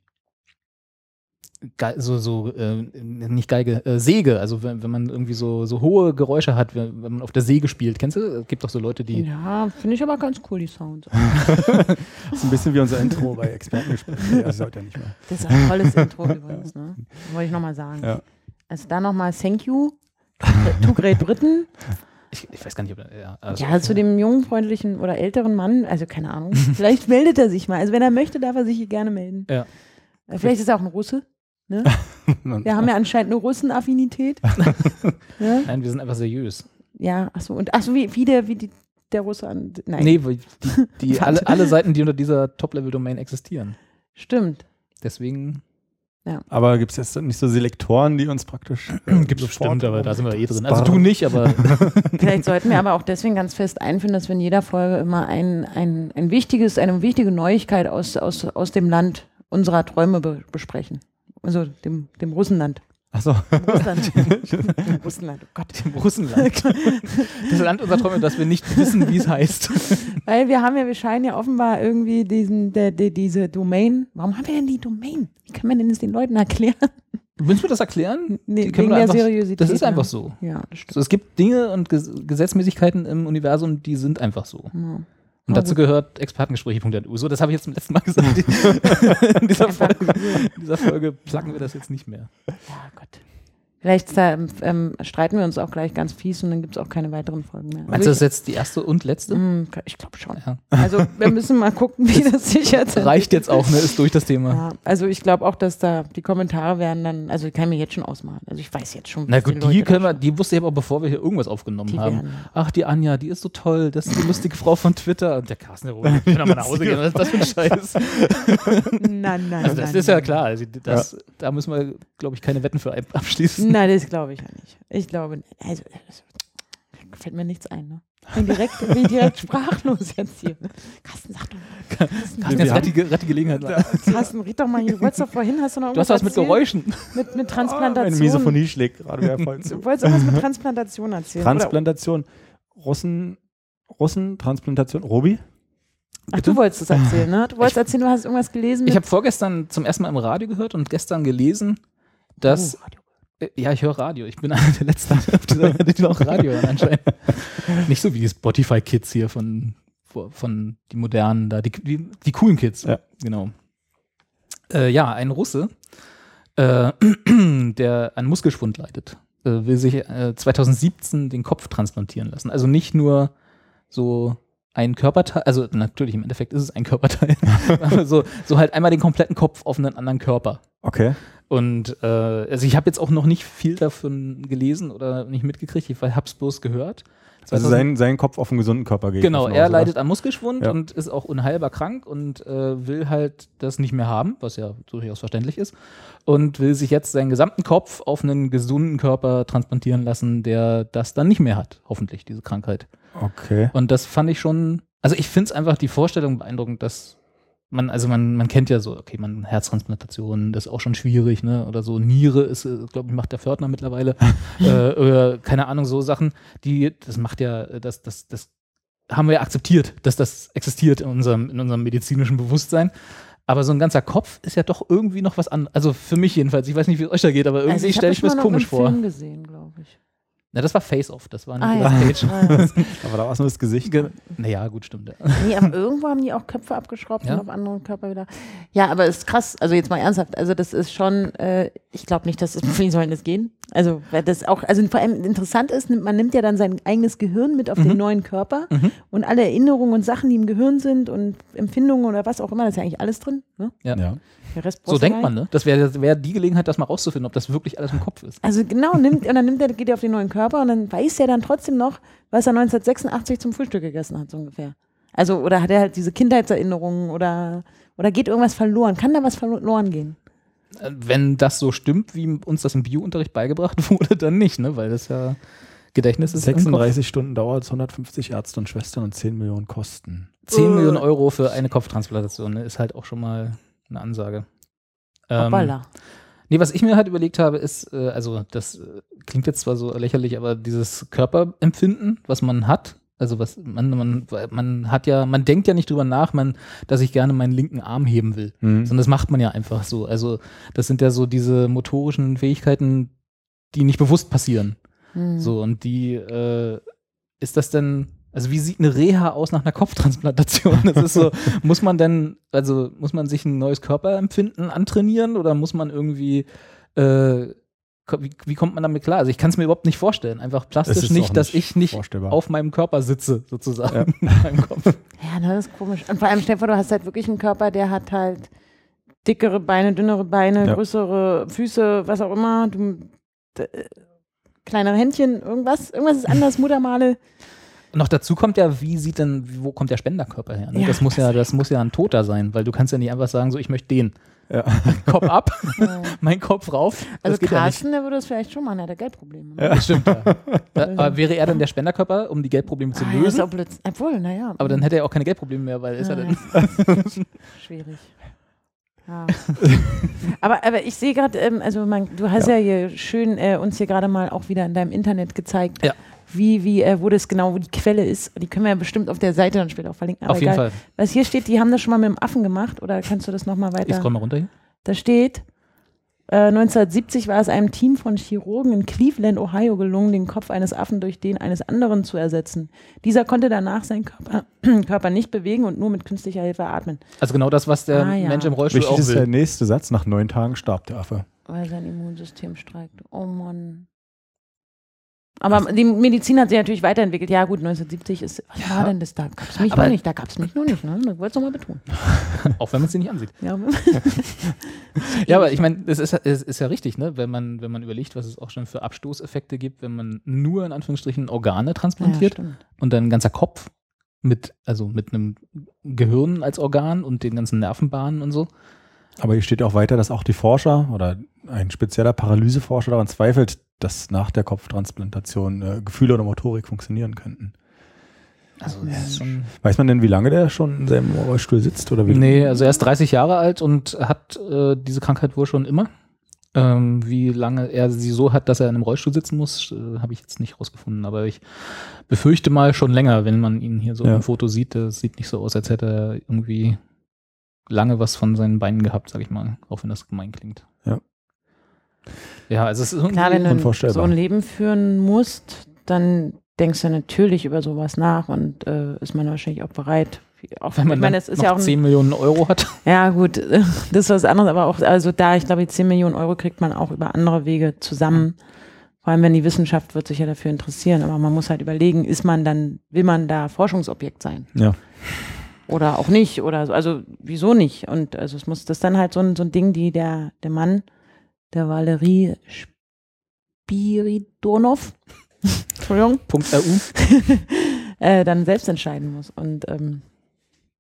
Speaker 1: Ge so, so äh, nicht Geige, äh, Säge. Also, wenn, wenn man irgendwie so, so hohe Geräusche hat, wenn, wenn man auf der Säge spielt. Kennst du? Es gibt doch so Leute, die.
Speaker 3: Ja, finde ich aber ganz cool, die Sounds.
Speaker 2: [LAUGHS] ist ein bisschen wie unser Intro bei Expertengesprächen. Ja, das sollte ja nicht mehr.
Speaker 3: Das ist ein tolles Intro übrigens, ne? Wollte ich nochmal sagen.
Speaker 2: Ja.
Speaker 3: Also da nochmal Thank you to Great
Speaker 2: [LAUGHS]
Speaker 3: Britain.
Speaker 1: Ich, ich weiß gar nicht, ob. Ja, also,
Speaker 3: Ja, zu dem jungen, freundlichen oder älteren Mann, also keine Ahnung. Vielleicht meldet er sich mal. Also wenn er möchte, darf er sich hier gerne melden.
Speaker 1: Ja.
Speaker 3: Äh, Vielleicht ist er auch ein Russe. Ne? [LAUGHS]
Speaker 2: Man-
Speaker 3: Wir haben ja anscheinend eine
Speaker 2: [LAUGHS]
Speaker 3: Russenaffinität. ne?
Speaker 1: Nein, wir sind einfach seriös.
Speaker 3: Ja, achso, und achso, wie, wie der, wie die, der Russe an. Nein.
Speaker 1: Nee, weil die, die
Speaker 3: [LAUGHS] Warte.
Speaker 1: alle, alle Seiten, die unter dieser Top-Level-Domain existieren.
Speaker 3: Stimmt.
Speaker 1: Deswegen
Speaker 2: Aber gibt es jetzt nicht so Selektoren, die uns praktisch. Äh, sofort-
Speaker 1: wir eh drin.
Speaker 2: Also
Speaker 1: Also
Speaker 2: du
Speaker 1: du nicht, aber
Speaker 3: Vielleicht sollten wir aber auch deswegen ganz fest einführen, dass wir in jeder Folge immer ein, ein, ein wichtiges, eine wichtige Neuigkeit aus, aus, aus dem Land unserer Träume be besprechen. Also dem, dem Russenland.
Speaker 1: [LAUGHS]
Speaker 2: Achso.
Speaker 3: Dem Russland. [LAUGHS] dem Russenland, oh Gott.
Speaker 1: im Russenland. Das Land unserer Träume, dass wir nicht wissen, wie es
Speaker 3: [LAUGHS]
Speaker 1: heißt.
Speaker 3: Weil wir haben ja, wir scheinen ja offenbar irgendwie diesen, der, der, diese Domain. Warum haben wir denn die Domain? Wie kann man denn das den Leuten erklären?
Speaker 1: Willst du das erklären?
Speaker 3: Nee,
Speaker 1: Die können
Speaker 3: wegen
Speaker 1: wir
Speaker 3: der
Speaker 1: einfach-
Speaker 3: Seriosität,
Speaker 1: Das ist
Speaker 3: ne?
Speaker 1: einfach so.
Speaker 3: Ja, das stimmt.
Speaker 1: so. Es gibt Dinge und Ges Gesetzmäßigkeiten im Universum, die sind einfach so.
Speaker 3: Ja.
Speaker 1: Und dazu gehört Expertengespräche.eu. So, das habe ich jetzt zum letzten Mal gesagt. In dieser,
Speaker 3: Einfach
Speaker 1: Folge,
Speaker 3: cool.
Speaker 1: in dieser Folge placken wir das jetzt nicht mehr.
Speaker 3: Ja, Gott. Vielleicht ähm, ähm, streiten wir uns auch gleich ganz fies und dann gibt es auch keine weiteren Folgen mehr.
Speaker 1: Meinst du, das ist jetzt die erste und letzte?
Speaker 3: Mm, Ich glaube schon.
Speaker 1: Ja.
Speaker 3: Also wir müssen mal gucken,
Speaker 1: [LAUGHS]
Speaker 3: wie das sich jetzt
Speaker 1: Reicht jetzt auch, ne? Ist durch das Thema.
Speaker 3: Ja, also ich glaube auch, dass da die Kommentare werden dann, also ich kann mir jetzt schon ausmalen. Also ich weiß jetzt schon.
Speaker 1: Na
Speaker 3: wie
Speaker 1: gut,
Speaker 3: Leute
Speaker 1: die können
Speaker 3: da
Speaker 1: wir, die wusste ich aber auch, bevor wir hier irgendwas aufgenommen
Speaker 3: Die
Speaker 1: haben.
Speaker 3: werden-
Speaker 1: Ach, die Anja, die ist so toll, das ist die lustige Frau von Twitter. Und der Carsten, der Rode, ich will nochmal nach Hause gehen, was ist das für ein Scheiß?
Speaker 3: schon- Nein, nein,
Speaker 1: Also das
Speaker 3: nein,
Speaker 1: ist ja
Speaker 3: nein.
Speaker 1: klar, also das, da müssen wir, glaube ich, keine Wetten für ab- abschließen.
Speaker 3: Nein, das glaube ich ja nicht. Ich glaube, also das- fällt mir nichts ein, ne? Bin direkt, bin direkt sprachlos jetzt hier. Carsten, sag doch mal.
Speaker 1: Carsten,
Speaker 2: Wir
Speaker 1: jetzt
Speaker 2: haben-
Speaker 1: red die, Ge- red die Gelegenheit. Du
Speaker 3: Carsten, red doch mal hier. Du wolltest doch vorhin, hast du noch
Speaker 1: hast
Speaker 3: irgendwas
Speaker 1: was mit
Speaker 3: erzählt?
Speaker 1: Geräuschen.
Speaker 3: Mit, mit
Speaker 1: Ah,
Speaker 2: Eine
Speaker 3: Transplantation.
Speaker 2: Misophonie Ah, schlägt gerade wieder voll zu.
Speaker 3: du wolltest irgendwas mit Transplantation erzählen. oder?
Speaker 2: Transplantation. Russen, Russen, Transplantation. Robi?
Speaker 3: Ach, du wolltest es erzählen, ne? Du wolltest erzählen, du hast irgendwas gelesen.
Speaker 1: Ich
Speaker 3: mit-
Speaker 1: habe vorgestern zum ersten Mal im Radio gehört und gestern gelesen, dass
Speaker 3: Oh, Radio.
Speaker 1: Äh, Ja, ich höre Radio. Ich bin [LAUGHS] einer der Letzten auf dieser Erde, die noch Radio hören anscheinend. [LAUGHS] Nicht so wie die Spotify-Kids hier von, von die modernen, da, die, die, die coolen Kids.
Speaker 2: Ja.
Speaker 1: Genau. Äh, ja, ein Russe, äh, [CLEARS THROAT] der an Muskelschwund leidet, äh, will sich äh, 2017 den Kopf transplantieren lassen. Also nicht nur so ein Körperteil, also natürlich im Endeffekt ist es ein Körperteil, [LAUGHS] aber so, so halt einmal den kompletten Kopf auf einen anderen Körper.
Speaker 2: Okay.
Speaker 1: Und äh, also ich habe jetzt auch noch nicht viel davon gelesen oder nicht mitgekriegt, ich habe es bloß gehört.
Speaker 2: Also
Speaker 1: 2000
Speaker 2: sein, sein Kopf auf einen gesunden Körper geht.
Speaker 1: genau,
Speaker 2: davon
Speaker 1: er
Speaker 2: aus,
Speaker 1: leidet am Muskelschwund
Speaker 2: ne? Ja.
Speaker 1: und ist auch unheilbar krank und äh, will halt das nicht mehr haben, was ja durchaus verständlich ist, und will sich jetzt seinen gesamten Kopf auf einen gesunden Körper transplantieren lassen, der das dann nicht mehr hat, hoffentlich, diese Krankheit.
Speaker 2: oder? Okay.
Speaker 1: Und das fand ich schon, also ich finde es einfach die Vorstellung beeindruckend, dass man, also man, man kennt ja so, okay, man Herztransplantation, das ist auch schon schwierig, ne? Oder so Niere ist, glaube ich, macht der Fördner
Speaker 2: [LAUGHS]
Speaker 1: mittlerweile. äh, oder keine Ahnung, so Sachen, die, das macht ja, äh, das, das, das haben wir ja akzeptiert, dass das existiert in unserem, in unserem medizinischen Bewusstsein. Aber so ein ganzer Kopf ist ja doch irgendwie noch was anderes. Also für mich jedenfalls, ich weiß nicht, wie es euch da geht, aber irgendwie
Speaker 3: Also ich hab
Speaker 1: stelle ich mir
Speaker 3: mal
Speaker 1: das
Speaker 3: noch
Speaker 1: komisch
Speaker 3: im
Speaker 1: vor.
Speaker 3: Film gesehen, glaube ich.
Speaker 1: Na, das war Face-Off, das war eine
Speaker 3: Ah, ja.
Speaker 1: Last Page.
Speaker 3: Ah, [LAUGHS] ja.
Speaker 2: Aber da war es nur das Gesicht.
Speaker 1: Ge- Naja, gut, stimmt.
Speaker 3: nee, aber irgendwo haben die auch Köpfe abgeschraubt
Speaker 1: Ja.
Speaker 3: und auf anderen Körper wieder. Ja, aber ist krass. Also jetzt mal ernsthaft. Also das ist schon, äh, ich glaube nicht, dass das, [LAUGHS] wie sollen das gehen? Also weil das auch, also vor allem interessant ist, nimmt- man nimmt ja dann sein eigenes Gehirn mit auf den
Speaker 1: Mhm.
Speaker 3: neuen Körper und alle Erinnerungen und Sachen, die im Gehirn sind und Empfindungen oder was auch immer, das ist ja eigentlich alles drin. Ne?
Speaker 2: Ja.
Speaker 3: Der Rest
Speaker 1: So
Speaker 3: brauchst du
Speaker 1: denkt
Speaker 3: gar
Speaker 1: man, ne? Das wäre wär die Gelegenheit, das mal rauszufinden, ob das wirklich alles im Kopf ist.
Speaker 3: Also genau, nimmt, und dann nimmt er, geht er auf den neuen Körper und dann weiß er dann trotzdem noch, was er 1986 zum Frühstück gegessen hat, so ungefähr. Also, oder hat er halt diese Kindheitserinnerungen oder, oder geht irgendwas verloren? Kann da was verloren gehen?
Speaker 1: Äh, Wenn das so stimmt, wie uns das im Biounterricht beigebracht [LAUGHS] wurde, dann nicht, ne? Weil das ja Gedächtnis ist. im Kopf.
Speaker 4: 36 Stunden dauert 150 Ärzte und Schwestern und 10 Millionen Kosten.
Speaker 1: 10 Millionen Euro für eine Kopftransplantation ne? ist halt auch schon mal eine Ansage. Ähm,
Speaker 3: Hoppala.
Speaker 1: Nee, was ich mir halt überlegt habe, ist, äh, also das äh, klingt jetzt zwar so lächerlich, aber dieses Körperempfinden, was man hat, also was man, man, weil man hat ja, man denkt ja nicht drüber nach, man, dass ich gerne meinen linken Arm heben will.
Speaker 2: Mhm.
Speaker 1: Sondern das macht man ja einfach so. Also das sind ja so diese motorischen Fähigkeiten, die nicht bewusst passieren.
Speaker 2: Mhm.
Speaker 3: Hm.
Speaker 1: So, und die, äh, ist das denn, also wie sieht eine Reha aus nach einer Kopftransplantation? Das ist
Speaker 2: [LAUGHS]
Speaker 1: so, muss man denn, also muss man sich ein neues Körperempfinden antrainieren oder muss man irgendwie, äh, ko- wie, wie kommt man damit klar? Also ich kann es mir überhaupt nicht vorstellen. Einfach plastisch
Speaker 2: ist
Speaker 1: nicht,
Speaker 2: auch
Speaker 1: dass
Speaker 2: nicht
Speaker 1: ich nicht
Speaker 2: vorstellbar.
Speaker 1: auf meinem Körper sitze, sozusagen. [LAUGHS] in meinem Kopf.
Speaker 3: Ja, ne, das ist komisch. Und vor allem, stell dir vor, du hast halt wirklich einen Körper, der hat halt dickere Beine, dünnere Beine,
Speaker 2: Ja.
Speaker 3: größere Füße, was auch immer. Du, d- äh, kleinere Händchen, irgendwas. Irgendwas ist
Speaker 1: [LAUGHS]
Speaker 3: anders, Muttermale.
Speaker 1: Noch dazu kommt ja, wie sieht denn, wo kommt der Spenderkörper her? Ne?
Speaker 3: Ja,
Speaker 1: das muss
Speaker 3: das
Speaker 1: ja, das muss ja ein Toter sein, weil du kannst ja nicht einfach sagen, so ich möchte den.
Speaker 2: Ja.
Speaker 1: Kopf ab, mein Kopf rauf.
Speaker 3: Also
Speaker 1: das geht ja nicht.
Speaker 3: Carsten, der würde das vielleicht schon machen, der hat ja Geldprobleme. Ne?
Speaker 1: Das stimmt, ja.
Speaker 3: [LAUGHS]
Speaker 1: Da, aber wäre er dann der Spenderkörper, um die Geldprobleme zu
Speaker 3: Ah, ja, ist
Speaker 1: lösen?
Speaker 3: auch blöd. Obwohl, naja.
Speaker 1: Aber dann hätte er auch keine Geldprobleme mehr, weil
Speaker 3: Ah,
Speaker 1: ist er dann.
Speaker 3: [LAUGHS] Schwierig.
Speaker 1: [LAUGHS]
Speaker 3: Ja. aber, aber ich sehe gerade, ähm, also man, du hast ja, hier schön äh, uns hier gerade mal auch wieder in deinem Internet gezeigt,
Speaker 1: Ja.
Speaker 3: wie, wie, äh, wo das genau, wo die Quelle ist. Die können wir ja bestimmt auf der Seite dann später auch verlinken. Aber
Speaker 1: Auf jeden
Speaker 3: egal.
Speaker 1: Fall.
Speaker 3: Was hier steht, die haben das schon mal mit dem Affen gemacht oder kannst du das nochmal
Speaker 1: Ich
Speaker 3: weiter?
Speaker 1: scroll mal runter hier.
Speaker 3: Da steht, äh, 1970 war es einem Team von Chirurgen in Cleveland, Ohio gelungen, den Kopf eines Affen durch den eines anderen zu ersetzen. Dieser konnte danach seinen Körper, [CLEARS THROAT] Körper nicht bewegen und nur mit künstlicher Hilfe atmen,
Speaker 1: Also genau das, was der
Speaker 3: Ah, ja.
Speaker 1: Mensch im Rollstuhl
Speaker 2: Wichtig
Speaker 1: auch
Speaker 2: ist der
Speaker 1: will.
Speaker 2: nächste Satz. Nach neun Tagen starb der Affe.
Speaker 3: weil sein Immunsystem streikt. Oh Mann. Aber die Medizin hat sich natürlich weiterentwickelt. Ja gut, 1970 ist, was war denn das? Da gab es mich
Speaker 1: Aber-
Speaker 3: noch nicht, da gab es mich noch nicht. Ne? Das wolltest du mal betonen.
Speaker 1: Auch wenn man sie nicht ansieht.
Speaker 3: Ja.
Speaker 1: Ja, aber ich meine, es ist, es ist ja richtig, ne? Wenn man, wenn man überlegt, was es auch schon für Abstoßeffekte gibt, wenn man nur in Anführungsstrichen Organe transplantiert
Speaker 3: stimmt.
Speaker 1: und dann ein ganzer Kopf mit, also mit einem Gehirn als Organ und den ganzen Nervenbahnen und so.
Speaker 2: Aber hier steht auch weiter, dass auch die Forscher oder ein spezieller Paralyseforscher daran zweifelt, dass nach der Kopftransplantation äh, Gefühle oder Motorik funktionieren könnten.
Speaker 1: Also es ist schon
Speaker 2: Weiß man denn, wie lange der schon in seinem Rollstuhl sitzt? Oder wie?
Speaker 1: Nee, also er ist 30 Jahre alt und hat äh, diese Krankheit wohl schon immer. Ähm, wie lange er sie so hat, dass er in einem Rollstuhl sitzen muss, äh, habe ich jetzt nicht rausgefunden. Aber ich befürchte mal schon länger, wenn man ihn hier so
Speaker 2: Ja.
Speaker 1: im Foto sieht. Das sieht nicht so aus, als hätte er irgendwie lange was von seinen Beinen gehabt, sag ich mal. Auch wenn das gemein klingt.
Speaker 2: Ja.
Speaker 1: Ja, also es ist irgendwie
Speaker 3: Klar, wenn du
Speaker 2: Unvorstellbar.
Speaker 3: so ein Leben führen musst, dann denkst du natürlich über sowas nach und äh, ist man wahrscheinlich auch bereit. Auch
Speaker 1: wenn man
Speaker 3: ich meine,
Speaker 1: dann
Speaker 3: das ist
Speaker 1: noch
Speaker 3: ja auch ein,
Speaker 1: 10 Millionen Euro hat. [LAUGHS]
Speaker 3: ja gut, [LAUGHS] das ist was anderes, aber auch also da, ich glaube, die 10 Millionen Euro kriegt man auch über andere Wege zusammen. Vor allem, wenn die Wissenschaft wird sich ja dafür interessieren, aber man muss halt überlegen, ist man dann, will man da Forschungsobjekt sein?
Speaker 2: Ja.
Speaker 3: Oder auch nicht, oder so, also wieso nicht? Und also es muss das ist dann halt so ein, so ein Ding, die der, der Mann, der Valerie Spiridonov, [LAUGHS] Entschuldigung,
Speaker 1: Punkt RU.
Speaker 3: [LAUGHS] äh, dann selbst entscheiden muss. Und ähm,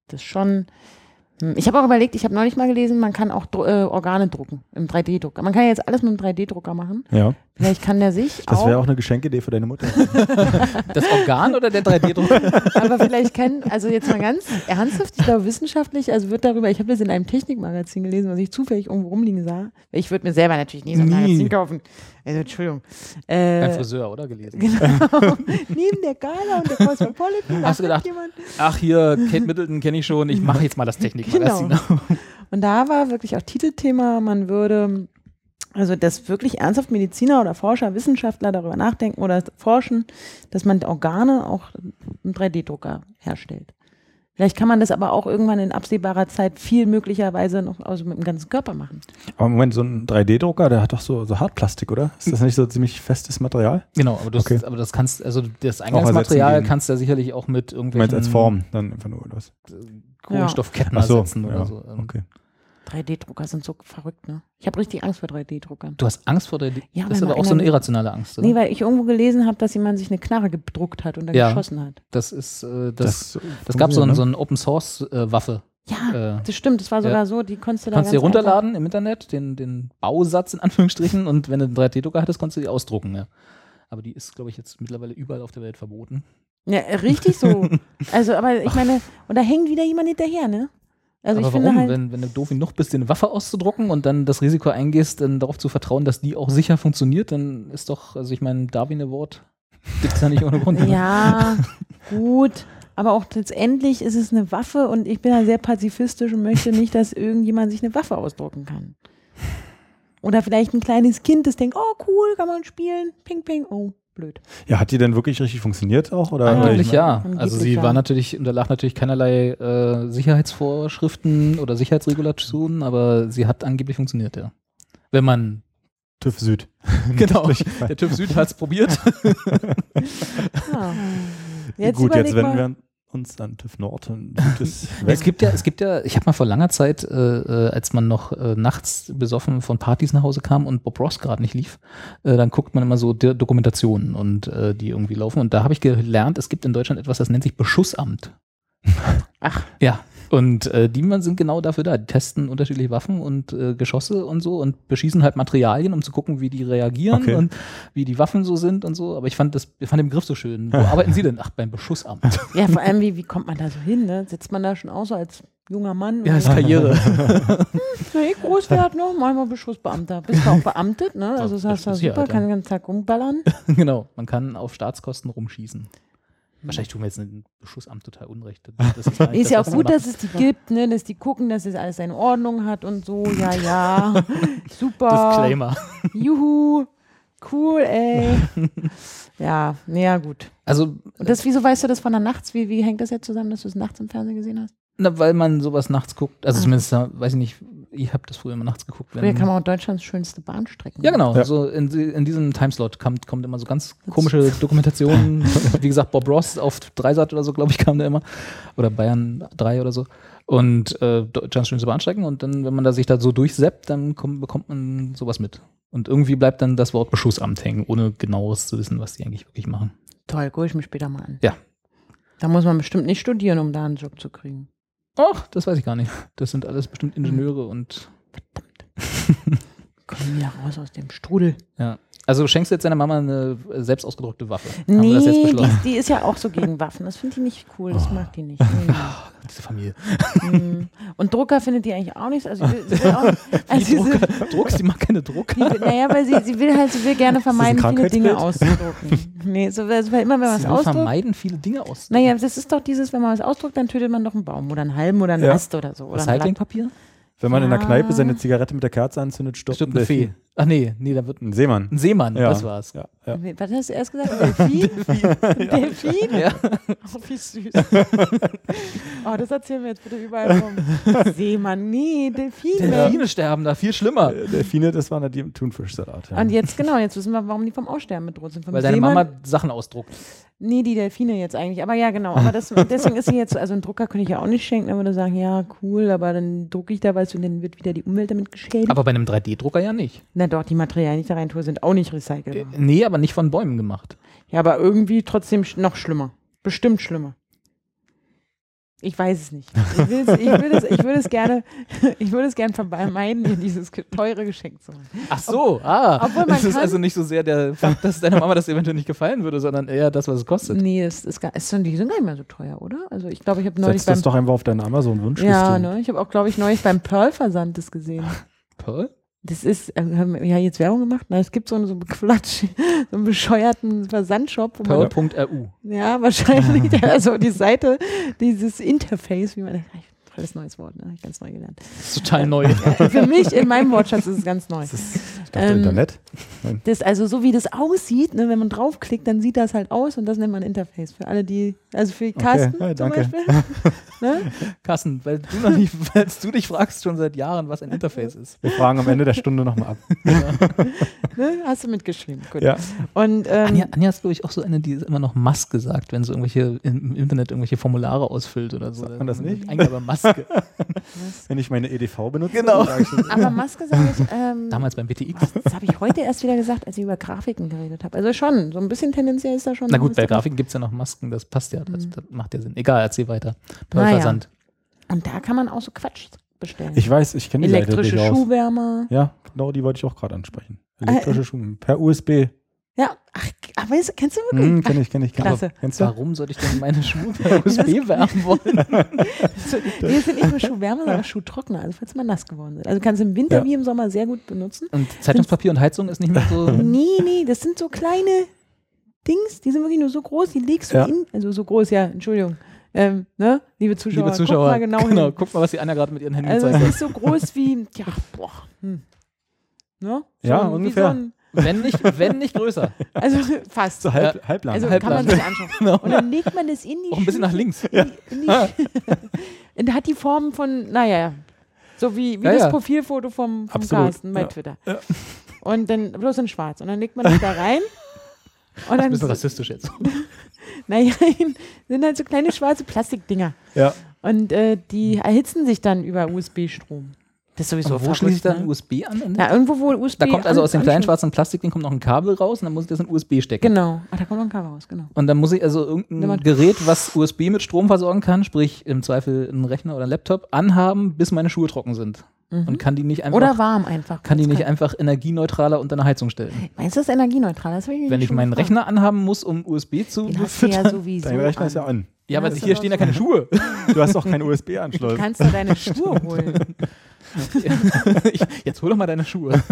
Speaker 3: das ist schon. Hm, Ich habe auch überlegt, ich habe neulich mal gelesen, man kann auch Dru- äh, Organe drucken im 3D-Drucker. Man kann ja jetzt alles mit dem 3D-Drucker machen.
Speaker 2: Ja.
Speaker 3: Vielleicht kann der sich
Speaker 2: Das wäre
Speaker 3: auch,
Speaker 2: auch eine Geschenkidee für
Speaker 1: [LAUGHS]
Speaker 2: deine Mutter.
Speaker 1: Das Organ oder der
Speaker 3: [LAUGHS]
Speaker 1: 3D-Druck?
Speaker 3: aber vielleicht kann, also jetzt mal ganz ernsthaft, ich glaube wissenschaftlich, also wird darüber, ich habe das in einem Technikmagazin gelesen, was ich zufällig irgendwo rumliegen sah. Ich würde mir selber natürlich nie so ein
Speaker 2: Nie.
Speaker 3: Magazin kaufen. Also Entschuldigung.
Speaker 1: Ein
Speaker 3: Äh,
Speaker 1: Friseur, oder? Gelesen.
Speaker 3: genau. Neben der Gala und der Cosmopolitan.
Speaker 1: Hast du
Speaker 3: da kommt
Speaker 1: gedacht,
Speaker 3: jemand.
Speaker 1: Ach hier, Kate Middleton kenne ich schon, ich mache jetzt mal das Technikmagazin.
Speaker 3: Genau. Und da war wirklich auch Titelthema, man würde, also dass wirklich ernsthaft Mediziner oder Forscher, Wissenschaftler darüber nachdenken oder forschen, dass man Organe auch im 3D-Drucker herstellt. Vielleicht kann man das aber auch irgendwann in absehbarer Zeit viel möglicherweise noch also mit dem ganzen Körper machen.
Speaker 2: Aber Moment, so ein 3D-Drucker, der hat doch so, so Hartplastik, oder? Ist das nicht so ziemlich festes Material?
Speaker 1: Genau, aber, das,
Speaker 2: Okay.
Speaker 1: aber das kannst, also das
Speaker 2: Auch ersetzen
Speaker 1: Eingangsmaterial
Speaker 2: gegen-
Speaker 1: kannst du ja sicherlich auch mit
Speaker 2: Du meinst
Speaker 1: irgendwelchen
Speaker 2: als Form, dann einfach nur oder was?
Speaker 1: Kohlenstoffketten
Speaker 2: Ach so,
Speaker 1: ersetzen oder
Speaker 2: ja,
Speaker 1: so. Ähm,
Speaker 2: Okay.
Speaker 3: 3D-Drucker sind so verrückt, ne? Ich habe richtig Angst vor 3D-Druckern.
Speaker 1: Du hast Angst vor der.
Speaker 3: Ja,
Speaker 1: das ist
Speaker 3: wenn
Speaker 1: aber
Speaker 3: mal
Speaker 1: auch so eine
Speaker 3: einer-
Speaker 1: irrationale Angst. Oder?
Speaker 3: Nee, weil ich irgendwo gelesen habe, dass jemand sich eine Knarre gedruckt hat und dann
Speaker 1: Ja.
Speaker 3: geschossen hat.
Speaker 1: das ist. Äh, das, das,
Speaker 2: funktioniert,
Speaker 1: gab so, ein,
Speaker 2: ne?
Speaker 1: so eine Open-Source-Waffe.
Speaker 3: Ja,
Speaker 1: Äh,
Speaker 3: das stimmt. Das war sogar
Speaker 1: ja.
Speaker 3: so, die konntest du da
Speaker 1: Konntest du dir
Speaker 3: ganz einfach-
Speaker 1: runterladen im Internet, den, den Bausatz in Anführungsstrichen, und wenn du einen 3D-Drucker hattest, konntest du die ausdrucken. Ja. Aber die ist, glaube ich, jetzt mittlerweile überall auf der Welt verboten.
Speaker 3: Ja, richtig so.
Speaker 1: [LAUGHS]
Speaker 3: Also, aber ich meine, und da hängt wieder jemand hinterher, ne? Also
Speaker 1: aber
Speaker 3: ich
Speaker 1: warum?
Speaker 3: finde halt,
Speaker 1: wenn, wenn du doof genug bist, dir eine Waffe auszudrucken und dann das Risiko eingehst, dann darauf zu vertrauen, dass die auch sicher funktioniert, dann ist doch, also ich meine, Darwin Award gibt es ja nicht ohne Grund. ne?
Speaker 3: [LAUGHS] ja, gut. Aber auch letztendlich ist es eine Waffe und ich bin ja sehr pazifistisch und möchte nicht, dass irgendjemand sich eine Waffe ausdrucken kann. Oder vielleicht ein kleines Kind, das denkt, oh cool, kann man spielen, ping, ping, oh, blöd.
Speaker 2: Ja, hat die denn wirklich richtig funktioniert auch? Oder
Speaker 1: Angeblich
Speaker 2: Ich mein,
Speaker 1: ja.
Speaker 3: Angeblich
Speaker 1: Also sie
Speaker 3: ja.
Speaker 1: war natürlich, unterlag natürlich keinerlei äh, Sicherheitsvorschriften oder Sicherheitsregulationen, aber sie hat angeblich funktioniert, ja. Wenn man
Speaker 2: TÜV Süd.
Speaker 1: [LAUGHS]
Speaker 2: [LAUGHS]
Speaker 1: Genau. Der TÜV [LAUGHS] Süd hat es probiert. [LAUGHS]
Speaker 3: Ja.
Speaker 2: Gut, jetzt
Speaker 3: Ah. überleg
Speaker 2: wenden
Speaker 3: mal.
Speaker 2: wir uns an TÜV Nord und
Speaker 1: [LAUGHS]
Speaker 2: Süd ist
Speaker 1: Es
Speaker 2: weg.
Speaker 1: gibt ja, es gibt ja, ich habe mal vor langer Zeit, äh, äh, als man noch äh, nachts besoffen von Partys nach Hause kam und Bob Ross gerade nicht lief, äh, dann guckt man immer so D Dokumentationen und äh, die irgendwie laufen. Und da habe ich gelernt, es gibt in Deutschland etwas, das nennt sich Beschussamt.
Speaker 3: Ach.
Speaker 1: Ja. Und äh, die man sind genau dafür da. Die testen unterschiedliche Waffen und äh, Geschosse und so und beschießen halt Materialien, um zu gucken, wie die reagieren
Speaker 2: Okay.
Speaker 1: und wie die Waffen so sind und so. Aber ich fand das, ich fand den Begriff so [LAUGHS] schön. Wo arbeiten Sie denn? Ach, beim Beschussamt.
Speaker 3: Ja, vor allem, wie, wie kommt man da so hin, ne? Sitzt man da schon auch so als junger Mann?
Speaker 1: Ja,
Speaker 3: und-
Speaker 1: ist [LAUGHS] Karriere.
Speaker 3: Wenn ich groß
Speaker 1: [LAUGHS]
Speaker 3: werde, ne, mach ich mal Beschussbeamter. Bist du auch beamtet, ne? Also
Speaker 1: das
Speaker 3: das hast du
Speaker 1: bist du ja,
Speaker 3: super,
Speaker 1: Alter.
Speaker 3: kann den ganzen Tag rumballern.
Speaker 1: [LAUGHS] genau, man kann auf Staatskosten rumschießen.
Speaker 3: Hm.
Speaker 1: Wahrscheinlich tun wir jetzt ein Beschussamt total unrecht. Das ist, gar nicht
Speaker 3: [LAUGHS] Ist ja
Speaker 1: das,
Speaker 3: auch
Speaker 1: was
Speaker 3: gut,
Speaker 1: wir
Speaker 3: dass es die gibt, ne? Dass die gucken, dass es alles seine Ordnung hat und so.
Speaker 1: [LAUGHS]
Speaker 3: Ja, ja. Super.
Speaker 1: machen. Disclaimer.
Speaker 3: Juhu. Cool, ey.
Speaker 1: [LAUGHS]
Speaker 3: Ja, naja, gut.
Speaker 1: Also,
Speaker 3: Und das, wieso weißt du das von der Nachts? Wie, wie hängt das jetzt zusammen, dass du es nachts im Fernsehen gesehen hast?
Speaker 1: na, weil man sowas nachts guckt, also zumindest, da, weiß ich nicht, ich habe das früher immer nachts geguckt.
Speaker 3: Früher
Speaker 1: Wenn,
Speaker 3: kam auch Deutschlands schönste Bahnstrecken.
Speaker 1: ja, genau.
Speaker 2: Ja.
Speaker 1: So in, in diesem Timeslot kommt, kommt immer so ganz komische Dokumentationen. Wie gesagt, Bob Ross auf Dreisat oder so, glaube ich, kam der immer. Oder Bayern 3 oder so. Und äh, Deutschlands schönste Bahnstrecken. Und dann, wenn man da sich da so durchseppt, dann kommt, bekommt man sowas mit. Und irgendwie bleibt dann das Wort Beschussamt hängen, ohne genaues zu wissen, was die eigentlich wirklich machen.
Speaker 3: Toll, gucke ich mir später mal an.
Speaker 1: Ja.
Speaker 3: Da muss man bestimmt nicht studieren, um da einen Job zu kriegen.
Speaker 1: Och, das weiß ich gar nicht. Das sind alles bestimmt Ingenieure und.
Speaker 3: Komm wieder raus aus dem Strudel.
Speaker 1: Also schenkst du jetzt deiner Mama eine äh, selbst ausgedruckte Waffe? Haben wir
Speaker 3: Nee,
Speaker 1: das jetzt
Speaker 3: die,
Speaker 1: beschlossen? Oh.
Speaker 3: ist- die ist ja auch so gegen Waffen. Das findet die nicht cool. Das mag die nicht.
Speaker 2: [LAUGHS]
Speaker 1: Diese Familie. [LAUGHS]
Speaker 3: Mhm. Und Drucker findet die eigentlich auch nicht. Also, sie will- sie will auch, also
Speaker 1: Die
Speaker 3: sie
Speaker 1: Drucker,
Speaker 3: will-
Speaker 1: Drucks, die mag keine Drucker.
Speaker 3: die will- naja, weil sie, sie will halt, sie
Speaker 1: [LAUGHS]
Speaker 3: will gerne vermeiden, viele Dinge auszudrucken. Nee, so, also, weil immer wenn man was
Speaker 1: Sie will
Speaker 3: ausdruckt.
Speaker 1: vermeiden viele Dinge aus.
Speaker 3: Naja, das ist doch dieses, wenn man was ausdruckt, dann tötet man doch einen Baum oder einen Halm oder einen
Speaker 2: Ja.
Speaker 3: Ast oder so. Oder einen Lack.
Speaker 1: Recyclingpapier?
Speaker 2: Wenn man in der
Speaker 3: Ja.
Speaker 2: Kneipe seine Zigarette mit der Kerze anzündet, stirbt,
Speaker 1: Stirbt eine Fee.
Speaker 2: Delfin.
Speaker 1: Ach nee, nee, da wird
Speaker 2: Ein Seemann.
Speaker 1: ein Seemann,
Speaker 2: Ja.
Speaker 1: das war's.
Speaker 2: Ja, ja.
Speaker 3: Was hast du erst gesagt? Ein
Speaker 1: [LAUGHS]
Speaker 3: Delfin? Ein [LAUGHS] Delfin?
Speaker 1: Ja.
Speaker 3: Oh, wie süß. oh, das erzählen wir jetzt bitte überall
Speaker 1: [LAUGHS]
Speaker 3: vom Seemann. Nee, Delfin.
Speaker 1: Delfine sterben da viel schlimmer.
Speaker 2: Äh, Delfine, das waren ja die im Thunfischsalat. Ja.
Speaker 3: Und jetzt, genau, jetzt wissen wir, warum die vom Aussterben bedroht sind. Vom
Speaker 1: Weil deine
Speaker 3: Seemann-
Speaker 1: Mama Sachen ausdruckt.
Speaker 3: Nee, die Delfine jetzt eigentlich. Aber ja, genau. Aber das, deswegen ist sie jetzt, so- also einen Drucker könnte ich ja auch nicht schenken, dann würde ich sagen, ja, cool, aber dann drucke ich da was und dann wird wieder die Umwelt damit geschädigt.
Speaker 1: Aber bei einem 3D-Drucker ja nicht.
Speaker 3: Na doch, die Materialien, die ich da rein tue, sind auch nicht
Speaker 1: Äh,
Speaker 3: recycelbar.
Speaker 1: Nee, aber nicht von Bäumen gemacht.
Speaker 3: Ja, aber irgendwie trotzdem sch- noch schlimmer. Bestimmt schlimmer. Ich weiß es nicht. Ich, will's, ich, würde, es, ich würde es gerne, [LAUGHS] ich würde es gerne vermeiden, mir dieses ge- teure Geschenk zu machen.
Speaker 1: Ach so, ah. [LAUGHS]
Speaker 3: obwohl man
Speaker 1: es ist
Speaker 3: kann-
Speaker 1: also nicht so sehr der Fakt, dass deiner Mama das eventuell nicht gefallen würde, sondern eher das, was es kostet.
Speaker 3: Nee, das ist gar, ist, die sind gar nicht mehr so teuer, oder? Also ich glaube, ich habe neulich
Speaker 2: Setz
Speaker 3: beim
Speaker 2: das doch einfach auf deine Amazon-Wunschliste.
Speaker 3: Ja, ne? Ich habe auch, glaube ich, neulich beim Pearl-Versand das gesehen.
Speaker 1: Pearl?
Speaker 3: Das ist, äh, haben wir ja jetzt Werbung gemacht? Na, es gibt so einen, so einen Quatsch, [LAUGHS] so einen bescheuerten Versandshop, wo man,
Speaker 1: Pearl.ru.
Speaker 3: ja, wahrscheinlich, [LAUGHS] also die Seite, dieses Interface, wie man, ah, tolles neues Wort, ne? Hab ich ganz neu gelernt. Äh,
Speaker 1: Ist total
Speaker 3: [LAUGHS]
Speaker 1: neu.
Speaker 3: Für mich, in meinem Wortschatz ist es ganz
Speaker 2: [LAUGHS]
Speaker 3: neu.
Speaker 2: Ich dachte,
Speaker 3: Ähm,
Speaker 2: Internet.
Speaker 3: Das, also so wie das aussieht, ne, wenn man draufklickt, dann sieht das halt aus und das nennt man Interface. Für alle, die, also für Carsten
Speaker 2: ja,
Speaker 3: zum
Speaker 2: [LAUGHS] danke.
Speaker 3: Beispiel. Ne?
Speaker 1: Kassen, weil du, noch nicht, [LAUGHS] weil du dich fragst schon seit Jahren, was ein Interface
Speaker 3: [LAUGHS]
Speaker 1: ist.
Speaker 4: Wir fragen am Ende der Stunde nochmal ab.
Speaker 3: Ne? Hast du mitgeschrieben? [LAUGHS] Gut.
Speaker 2: Ja.
Speaker 3: Und ähm,
Speaker 1: Anja, Anja ist, glaube ich, auch so eine, die immer noch Maske sagt, wenn sie irgendwelche im im Internet irgendwelche Formulare ausfüllt oder so.
Speaker 4: Sagt man das nicht? [LAUGHS]
Speaker 1: Eingabe Maske.
Speaker 4: Wenn ich meine EDV benutze.
Speaker 1: Genau.
Speaker 4: sag
Speaker 3: [LAUGHS]
Speaker 4: ich das.
Speaker 3: aber Maske sage ich, ähm,
Speaker 1: Damals beim BTX.
Speaker 3: was, das habe ich heute erst wieder gesagt, als ich über Grafiken geredet habe. Also schon, so ein bisschen tendenziell ist da schon.
Speaker 1: Na gut, bei
Speaker 3: Grafiken.
Speaker 1: Grafiken gibt es ja noch Masken, das passt ja,
Speaker 3: Mhm.
Speaker 1: das, das macht ja Sinn. Egal, erzähl weiter.
Speaker 3: Naja.
Speaker 1: Pearl-Versand.
Speaker 3: Und da kann man auch so Quatsch bestellen.
Speaker 4: Ich weiß, ich kenne die Seite
Speaker 3: Elektrische Äh,
Speaker 4: durchaus.
Speaker 3: Schuhwärmer.
Speaker 4: Ja, genau, die wollte ich auch gerade ansprechen. Elektrische Schuhe. Per USB.
Speaker 3: Ja, ach, aber ist, kennst du wirklich?
Speaker 4: Hm, kenne ich, kenne ich. kenn ich.
Speaker 3: Klasse.
Speaker 4: Kennst du?
Speaker 1: Warum sollte ich denn meine
Speaker 4: [LAUGHS]
Speaker 1: Schuhe per USB werfen wollen?
Speaker 3: Wir Also, sind nicht nur Schuhwärmer, sondern Schuhtrockner, also falls man nass geworden ist. Also kannst du im Winter
Speaker 4: Ja.
Speaker 3: wie im Sommer sehr gut benutzen.
Speaker 1: Und Zeitungspapier und Heizung ist nicht mehr
Speaker 4: [LAUGHS]
Speaker 1: so.
Speaker 3: Nee, nee, das sind so kleine Dings, die sind wirklich nur so groß, die legst du
Speaker 4: Ja.
Speaker 3: in, also so groß, ja, Entschuldigung. Ähm, ne? Liebe Zuschauer,
Speaker 1: Liebe Zuschauer,
Speaker 3: guck mal genau, hin.
Speaker 1: guck mal, was die Anja gerade mit ihren Händen
Speaker 3: Also
Speaker 1: gezeigt
Speaker 3: es [LAUGHS]
Speaker 1: hat.
Speaker 3: ist so groß wie, ja, boah. Hm. Ne? So,
Speaker 4: Ja,
Speaker 3: wie
Speaker 4: ungefähr.
Speaker 3: So ein,
Speaker 1: Wenn nicht, wenn nicht größer.
Speaker 3: also [LAUGHS] fast.
Speaker 4: So halb, halblang.
Speaker 3: Also kann man sich anschauen.
Speaker 4: Genau.
Speaker 3: Und dann legt man das in
Speaker 1: [LAUGHS]
Speaker 3: die
Speaker 1: Auch ein bisschen
Speaker 3: Schuhe.
Speaker 1: nach links.
Speaker 3: In die [LAUGHS] und hat die Form von, naja, so wie, wie
Speaker 1: Ja,
Speaker 3: das
Speaker 1: ja.
Speaker 3: Profilfoto vom, vom
Speaker 4: Absolut,
Speaker 3: Carsten bei
Speaker 4: ja.
Speaker 3: Twitter. Und dann bloß in schwarz. Und dann legt man das da rein. Und
Speaker 1: Ein
Speaker 3: dann,
Speaker 1: bisschen
Speaker 3: [LAUGHS]
Speaker 1: rassistisch jetzt.
Speaker 3: naja, sind halt so kleine schwarze Plastikdinger.
Speaker 4: ja.
Speaker 3: Und äh, die erhitzen sich dann über USB-Strom. Das ist sowieso
Speaker 1: Und wo schließe ich da
Speaker 3: verrückt,
Speaker 1: ein
Speaker 3: ne?
Speaker 1: USB an?
Speaker 3: Na, irgendwo, wo USB.
Speaker 1: Da kommt also aus dem
Speaker 3: an-
Speaker 1: kleinen
Speaker 3: anschließt.
Speaker 1: schwarzen Plastikding kommt noch ein Kabel raus und dann muss ich das in USB stecken.
Speaker 3: Genau. Ah, da kommt noch ein Cover raus, genau.
Speaker 1: Und dann muss ich also
Speaker 3: Nimm mal-
Speaker 1: irgendein Gerät, was USB mit Strom versorgen kann, sprich im Zweifel einen Rechner oder einen Laptop, anhaben, bis meine Schuhe trocken sind. Und kann die nicht einfach,
Speaker 3: Mhm. Oder warm einfach.
Speaker 1: kann die
Speaker 3: ganz
Speaker 1: nicht
Speaker 3: kalt.
Speaker 1: einfach energieneutraler unter eine Heizung stellen.
Speaker 3: Meinst du das ist energieneutral? Das will ich mich
Speaker 1: Wenn ich
Speaker 3: schon
Speaker 1: meinen
Speaker 3: gefragt.
Speaker 1: Rechner anhaben muss, um USB zu
Speaker 3: Den hast du ja
Speaker 1: füttern.
Speaker 3: sowieso.
Speaker 4: Dein Rechner ist ja
Speaker 3: an.
Speaker 4: an.
Speaker 1: Ja, aber
Speaker 3: hast du
Speaker 1: hier
Speaker 3: doch
Speaker 1: stehen ja
Speaker 3: [LAUGHS]
Speaker 1: keine Schuhe. [LAUGHS]
Speaker 4: Du hast auch keinen
Speaker 3: Du
Speaker 4: USB-Anschluss.
Speaker 3: kannst du deine Schuhe holen.
Speaker 1: Ich, jetzt hol doch mal deine Schuhe.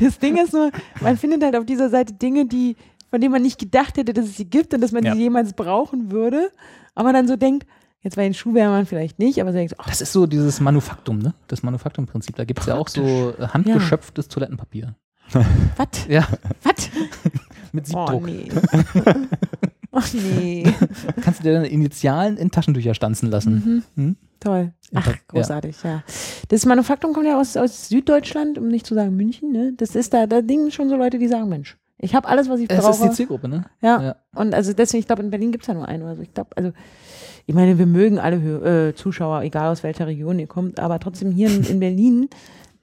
Speaker 3: Das Ding ist nur, man findet halt auf dieser Seite Dinge, die, von denen man nicht gedacht hätte, dass es sie gibt und dass man
Speaker 4: Ja.
Speaker 3: sie jemals brauchen würde. Aber dann so denkt, jetzt bei den Schuhwärmern vielleicht nicht, aber so denkt, ach,
Speaker 1: Das ist so dieses Manufaktum, ne? Das Manufaktumprinzip. Da gibt es ja auch so äh, handgeschöpftes Toilettenpapier.
Speaker 3: was?
Speaker 1: Ja,
Speaker 3: Was?
Speaker 1: mit
Speaker 3: Oh
Speaker 1: Siebdruck.
Speaker 3: nee. [LAUGHS] Ach nee.
Speaker 1: Kannst du dir deine Initialen in Taschentücher stanzen lassen.
Speaker 3: Mhm. Toll. Ach,
Speaker 1: Ja.
Speaker 3: großartig, ja. Das Manufaktum kommt ja aus, aus Süddeutschland, um nicht zu sagen München, ne? Das ist da, da dingen schon so Leute, die sagen, Mensch, ich habe alles, was ich
Speaker 1: Es
Speaker 3: brauche.
Speaker 1: ist die Zielgruppe, ne?
Speaker 3: Ja.
Speaker 1: Ja.
Speaker 3: Und also deswegen, ich glaube, in Berlin gibt es ja nur einen oder so. Ich glaube, also, ich meine, wir mögen alle Hö- äh, Zuschauer, egal aus welcher Region ihr kommt, aber trotzdem hier in, in Berlin,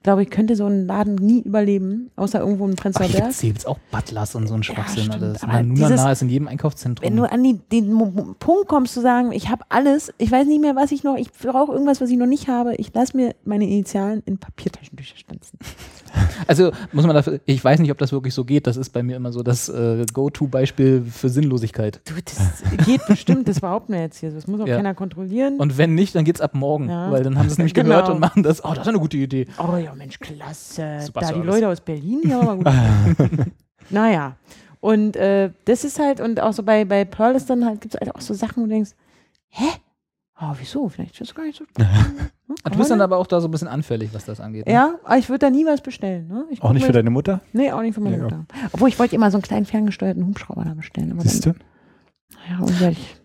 Speaker 3: glaube ich, könnte so ein Laden nie überleben, außer irgendwo in
Speaker 1: Ach,
Speaker 3: Prenzlauer
Speaker 1: hier
Speaker 3: Berg.
Speaker 1: gibt's, hier gibt's auch Butlers und so ein Schwachsinn
Speaker 3: stimmt,
Speaker 1: alles.
Speaker 3: aber
Speaker 1: Manunana
Speaker 3: dieses-
Speaker 1: ist in jedem Einkaufszentrum.
Speaker 3: Wenn du an die, den Mo- Mo- Punkt kommst zu sagen, ich habe alles, ich weiß nicht mehr, was ich noch, ich brauche irgendwas, was ich noch nicht habe, ich lasse mir meine Initialen in Papiertaschentücher stanzen.
Speaker 1: also muss man dafür, ich weiß nicht, ob das wirklich so geht. Das ist bei mir immer so das äh, Go-To-Beispiel für Sinnlosigkeit.
Speaker 3: Du, das geht bestimmt, das behaupten wir jetzt hier. so. Das muss
Speaker 1: [LAUGHS]
Speaker 3: auch
Speaker 1: Ja.
Speaker 3: keiner kontrollieren.
Speaker 1: Und wenn nicht, dann geht's ab morgen,
Speaker 3: Ja.
Speaker 1: weil dann haben sie es
Speaker 3: [LAUGHS]
Speaker 1: nämlich
Speaker 3: Genau.
Speaker 1: gehört und machen das. Oh, das ist eine gute Idee.
Speaker 3: Oh ja, Mensch, klasse.
Speaker 1: Super
Speaker 3: da die
Speaker 1: Service.
Speaker 3: Leute aus Berlin, die haben aber
Speaker 1: [LAUGHS]
Speaker 3: gut. naja. Und äh, das ist halt, und auch so bei, bei Pearl ist dann halt, gibt es halt auch so Sachen, wo du denkst, hä? Oh, wieso? Vielleicht ist das gar nicht
Speaker 1: [LAUGHS]
Speaker 3: so. Hm,
Speaker 1: Ah, Du bist dann
Speaker 3: aber-
Speaker 1: aber auch da so ein bisschen anfällig, was das angeht. ne?
Speaker 3: ja, aber ich würde da nie was bestellen. Ne? Ich
Speaker 4: Auch
Speaker 3: guck
Speaker 4: nicht
Speaker 3: mir
Speaker 4: für deine Mutter?
Speaker 3: jetzt- Nee, auch nicht für meine
Speaker 4: Ja.
Speaker 3: Mutter. Obwohl, ich wollte immer so einen kleinen ferngesteuerten Hubschrauber da bestellen. Aber
Speaker 4: Siehst
Speaker 3: [LAUGHS] dann,
Speaker 4: du?
Speaker 3: ja, und werd ich,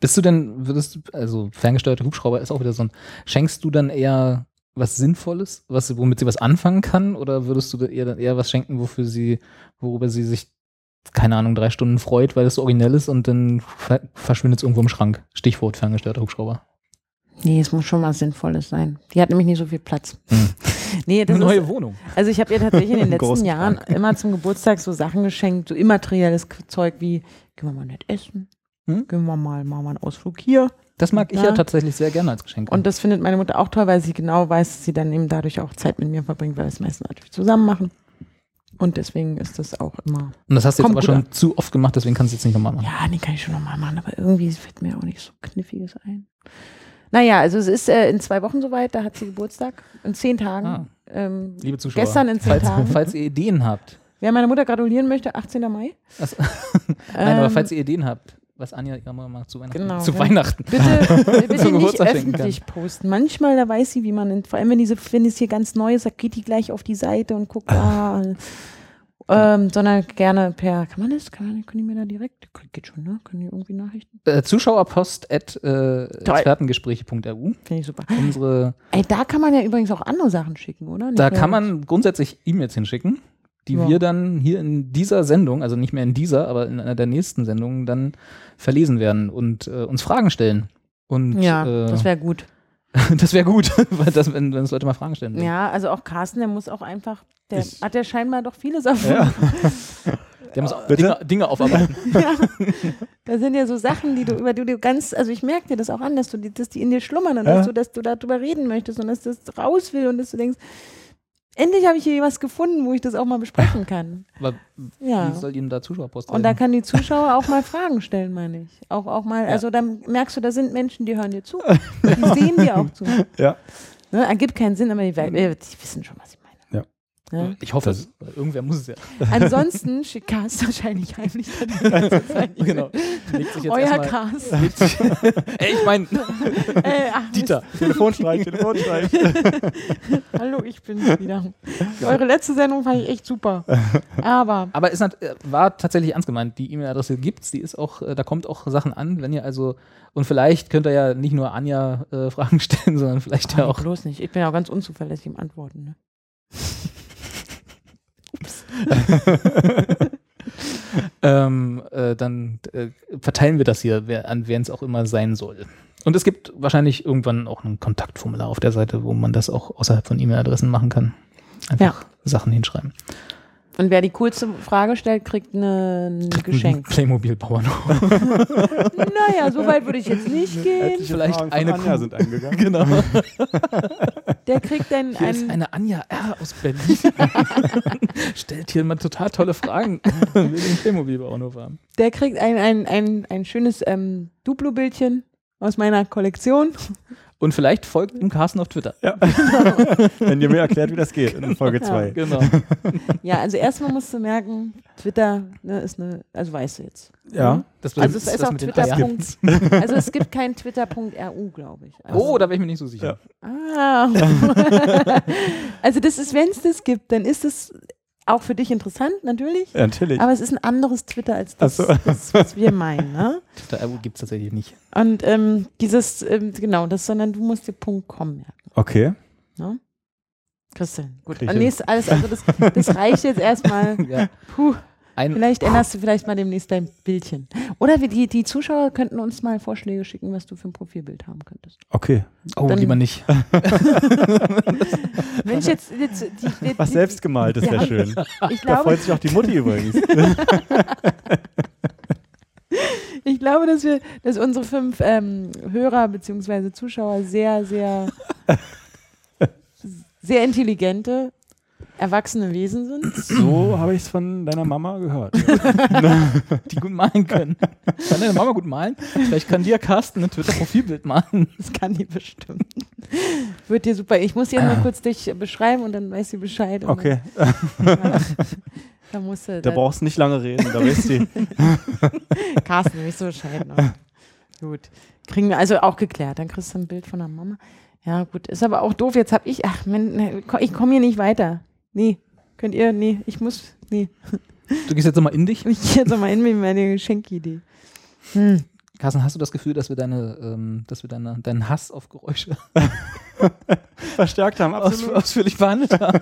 Speaker 1: Bist du denn, würdest du, also ferngesteuerte Hubschrauber ist auch wieder so ein, schenkst du dann eher was Sinnvolles, was, womit sie was anfangen kann, oder würdest du da eher, dann eher was schenken, wofür sie, worüber sie sich, keine Ahnung, drei Stunden freut, weil es so originell ist und dann ver verschwindet es irgendwo im Schrank? Stichwort ferngesteuerter Hubschrauber.
Speaker 3: nee, es muss schon was Sinnvolles sein. Die hat nämlich nicht so viel Platz.
Speaker 4: Hm.
Speaker 3: [LAUGHS] Nee, das
Speaker 1: Eine neue
Speaker 3: ist,
Speaker 1: Wohnung.
Speaker 3: Also ich habe ihr
Speaker 4: [LAUGHS]
Speaker 3: tatsächlich in den
Speaker 4: Im
Speaker 3: letzten
Speaker 4: großen
Speaker 3: Jahren immer zum Geburtstag so Sachen geschenkt, so immaterielles K- Zeug wie, gehen wir mal nett essen,
Speaker 1: Hm?
Speaker 3: gehen wir mal, machen wir einen Ausflug hier.
Speaker 1: Das mag ich
Speaker 3: Ja.
Speaker 1: ja tatsächlich sehr gerne als Geschenk.
Speaker 3: Und das findet meine Mutter auch toll, weil sie genau weiß, dass sie dann eben dadurch auch Zeit mit mir verbringt, weil wir es meistens natürlich zusammen machen. Und deswegen ist das auch immer.
Speaker 1: und das hast du jetzt
Speaker 3: kommt
Speaker 1: aber
Speaker 3: gut
Speaker 1: schon
Speaker 3: an.
Speaker 1: zu oft gemacht, deswegen kannst du jetzt nicht nochmal machen.
Speaker 3: Ja, nee, kann ich schon nochmal machen, aber irgendwie fällt mir auch nicht so Kniffiges ein. Naja, also es ist äh, in zwei Wochen soweit, da hat sie Geburtstag. In zehn Tagen.
Speaker 1: Ah.
Speaker 3: Ähm,
Speaker 1: Liebe Zuschauer,
Speaker 3: gestern in zehn
Speaker 1: falls,
Speaker 3: Tagen.
Speaker 1: falls ihr Ideen habt,
Speaker 3: Wer meiner Mutter gratulieren möchte, 18. Mai.
Speaker 1: [LAUGHS] Achso. nein, aber
Speaker 3: Ähm,
Speaker 1: falls ihr Ideen habt, was Anja ihrer Mama mal zu Weihnachten,
Speaker 3: Genau,
Speaker 1: zu
Speaker 3: ja.
Speaker 1: Weihnachten [LAUGHS]
Speaker 3: Bitte,
Speaker 1: Zum
Speaker 3: bitte nicht
Speaker 1: Geburtstag schenken kann.
Speaker 3: öffentlich posten. Manchmal, da weiß sie, wie man, vor allem wenn, diese, wenn es hier ganz neu ist, da geht die gleich auf die Seite und guckt, ah, ähm, sondern gerne per, kann man das, kann man, können die mir da direkt, geht schon, ne? Können die irgendwie Nachrichten?
Speaker 1: Äh, Zuschauerpost at äh, expertengespräche.ru.
Speaker 3: Finde ich super.
Speaker 1: Unsere,
Speaker 3: Ey, da kann man ja übrigens auch andere Sachen schicken, oder? Nicht
Speaker 1: da
Speaker 3: nur-
Speaker 1: kann man grundsätzlich E-Mails hinschicken, die
Speaker 3: Ja.
Speaker 1: wir dann hier in dieser Sendung, also nicht mehr in dieser, aber in einer der nächsten Sendungen dann verlesen werden und äh, uns Fragen stellen. Und
Speaker 3: Ja,
Speaker 1: äh, [LAUGHS]
Speaker 3: das wäre gut.
Speaker 1: das wär gut, [LAUGHS] weil das, wenn, wenn uns Leute mal Fragen stellen. würden.
Speaker 3: Ja, also auch Carsten, der muss auch einfach, der
Speaker 2: Ich-
Speaker 3: hat ja scheinbar doch viele Sachen.
Speaker 4: [LAUGHS]
Speaker 2: Ja.
Speaker 1: Der muss auch
Speaker 2: Bitte?
Speaker 1: Dinge, Dinge aufarbeiten.
Speaker 3: [LAUGHS] Ja. Da sind ja so Sachen, die du über die du ganz, also ich merke dir das auch an, dass du die, dass die in dir schlummern und
Speaker 2: Ja.
Speaker 3: dass du, dass du darüber reden möchtest und dass das raus will und dass du denkst, endlich habe ich hier was gefunden, wo ich das auch
Speaker 1: [LAUGHS]
Speaker 3: mal besprechen kann.
Speaker 1: Aber
Speaker 3: Ja.
Speaker 1: wie soll ihm da Zuschauerpost
Speaker 3: Und da
Speaker 1: helfen?
Speaker 3: kann die Zuschauer auch mal Fragen stellen, meine ich. Auch, auch mal, also dann merkst du, da sind Menschen, die hören
Speaker 1: [LAUGHS]
Speaker 3: dir zu. Die sehen dir auch zu.
Speaker 2: Ja.
Speaker 3: Ne, ergibt keinen Sinn, aber die, we- äh, die wissen schon, was ich meine. Ja. [LAUGHS]
Speaker 1: Ich hoffe, es, weil irgendwer muss es ja.
Speaker 3: Ansonsten schickt Carsten wahrscheinlich heimlich. [LAUGHS]
Speaker 1: genau. Legt sich jetzt
Speaker 3: Euer
Speaker 1: erstmal.
Speaker 3: [LAUGHS] Carsten.
Speaker 1: legt sich- Ey, ich
Speaker 3: [LAUGHS]
Speaker 1: meine,
Speaker 3: Äh, ach,
Speaker 1: Dieter.
Speaker 2: Telefonstreich, Telefonstreich.
Speaker 3: [LAUGHS] Hallo, ich bin wieder. Eure letzte Sendung fand ich echt [LAUGHS] super. Aber
Speaker 1: Aber es hat, äh, war tatsächlich ernst gemeint. Die E-Mail-Adresse gibt's, die ist auch, äh, da kommt auch Sachen an, wenn ihr also, und vielleicht könnt ihr ja nicht nur Anja äh, [LAUGHS] Fragen stellen, sondern vielleicht ja
Speaker 3: Nee,
Speaker 1: auch.
Speaker 3: bloß nicht. Ich bin ja auch ganz unzuverlässig im Antworten. Ne?
Speaker 1: Ähm, äh, dann äh, verteilen wir das hier, wer, an wen es auch immer sein soll. Und es gibt wahrscheinlich irgendwann auch ein Kontaktformular auf der Seite, wo man das auch außerhalb von E-Mail-Adressen machen kann. Einfach Sachen hinschreiben.
Speaker 3: Und wer die coolste Frage stellt, kriegt ne- [LAUGHS] ein Geschenk.
Speaker 1: Playmobil-Bauernhof.
Speaker 3: naja, so weit würde ich jetzt [LAUGHS] nicht gehen.
Speaker 1: Vielleicht eine
Speaker 2: Anja
Speaker 1: Kuh.
Speaker 2: sind eingegangen.
Speaker 1: Genau.
Speaker 3: Der kriegt dann
Speaker 1: Hier ist
Speaker 3: ein.
Speaker 1: eine Anja R. aus Berlin. [LAUGHS] Stellt hier mal total tolle Fragen. [LAUGHS] Will den Playmobil-Bauernhof haben.
Speaker 3: Der kriegt ein, ein, ein, ein schönes ähm, Duplo-Bildchen aus meiner Kollektion.
Speaker 1: Und vielleicht folgt ihm Carsten auf Twitter.
Speaker 2: Wenn ihr mir erklärt, wie das geht in Folge
Speaker 3: Ja.
Speaker 1: [LAUGHS]
Speaker 2: 2.
Speaker 1: Genau.
Speaker 3: Ja, also erstmal musst du merken, Twitter ne, ist eine, also weißt du jetzt.
Speaker 2: Ja.
Speaker 1: Das
Speaker 3: Also es ist
Speaker 1: das
Speaker 3: auch
Speaker 1: mit den
Speaker 3: Twitter.
Speaker 1: Eiern.
Speaker 3: Also es gibt kein Twitter.ru, glaube ich. Also,
Speaker 1: Oh, da bin ich mir nicht so sicher.
Speaker 3: Ah. [LAUGHS] also das ist, wenn es das gibt, dann ist es auch für dich interessant, natürlich.
Speaker 2: Ja, natürlich.
Speaker 3: Aber es ist ein anderes Twitter als das,
Speaker 2: Ach so.
Speaker 3: das was wir meinen. Ne?
Speaker 1: Twitter gibt es tatsächlich nicht.
Speaker 3: Und ähm, dieses, ähm, genau, das, sondern du musst dir Punkt .com merken.
Speaker 2: Okay.
Speaker 3: Ne? Christian, gut.
Speaker 2: Krieg ich
Speaker 3: Und nächstes, alles, also das, das reicht jetzt erstmal.
Speaker 1: [LAUGHS]
Speaker 2: [LAUGHS]
Speaker 1: Ja.
Speaker 3: Puh,
Speaker 1: Ein,
Speaker 3: vielleicht änderst du vielleicht mal demnächst dein Bildchen. Oder wir, die, die Zuschauer könnten uns mal Vorschläge schicken, was du für ein Profilbild haben könntest.
Speaker 2: Okay.
Speaker 1: oh,
Speaker 3: dann-
Speaker 1: lieber nicht.
Speaker 3: Mensch, jetzt, jetzt die, die,
Speaker 2: Was
Speaker 3: die,
Speaker 2: selbstgemaltes
Speaker 3: Ja.
Speaker 2: wäre schön.
Speaker 3: ich
Speaker 2: Ah, Da
Speaker 3: glaube,
Speaker 2: freut sich auch die Mutti übrigens.
Speaker 3: Ich glaube, dass wir, dass unsere fünf ähm, Hörer bzw. Zuschauer sehr,
Speaker 2: [LAUGHS]
Speaker 3: sehr, sehr intelligente, erwachsene Wesen sind.
Speaker 2: So habe ich es von deiner Mama gehört.
Speaker 1: Die gut malen können. Kann deine Mama gut malen? Vielleicht kann dir Carsten ein Twitter-Profilbild malen.
Speaker 3: Das kann die bestimmt. Wird dir super. Ich muss dir
Speaker 2: [CLEARS THROAT]
Speaker 3: nur kurz dich beschreiben und dann weiß sie Bescheid. und
Speaker 2: Okay,
Speaker 3: Dann,
Speaker 2: [LAUGHS]
Speaker 3: ja, da musst du,
Speaker 2: da
Speaker 3: da,
Speaker 2: brauchst du nicht lange reden. Da weißt du.
Speaker 3: Carsten, du weißt du Bescheid noch. [LAUGHS] Gut. Kriegen wir also auch geklärt. Dann kriegst du ein Bild von der Mama. Ja, gut. Ist aber auch doof. Jetzt hab ich, ach, Mann, ne, ich komme hier nicht weiter. Nee. Könnt ihr, nee, ich muss, nee.
Speaker 1: Du gehst jetzt nochmal in dich.
Speaker 3: Ich gehe jetzt nochmal in mit meiner Geschenkidee. Hm.
Speaker 1: Carsten, hast du das Gefühl, dass wir, deine, ähm, dass wir deine, deinen Hass auf Geräusche
Speaker 2: [LAUGHS]
Speaker 1: [LAUGHS]
Speaker 2: Verstärkt haben,
Speaker 1: aus,
Speaker 2: absolut.
Speaker 1: ausführlich behandelt haben?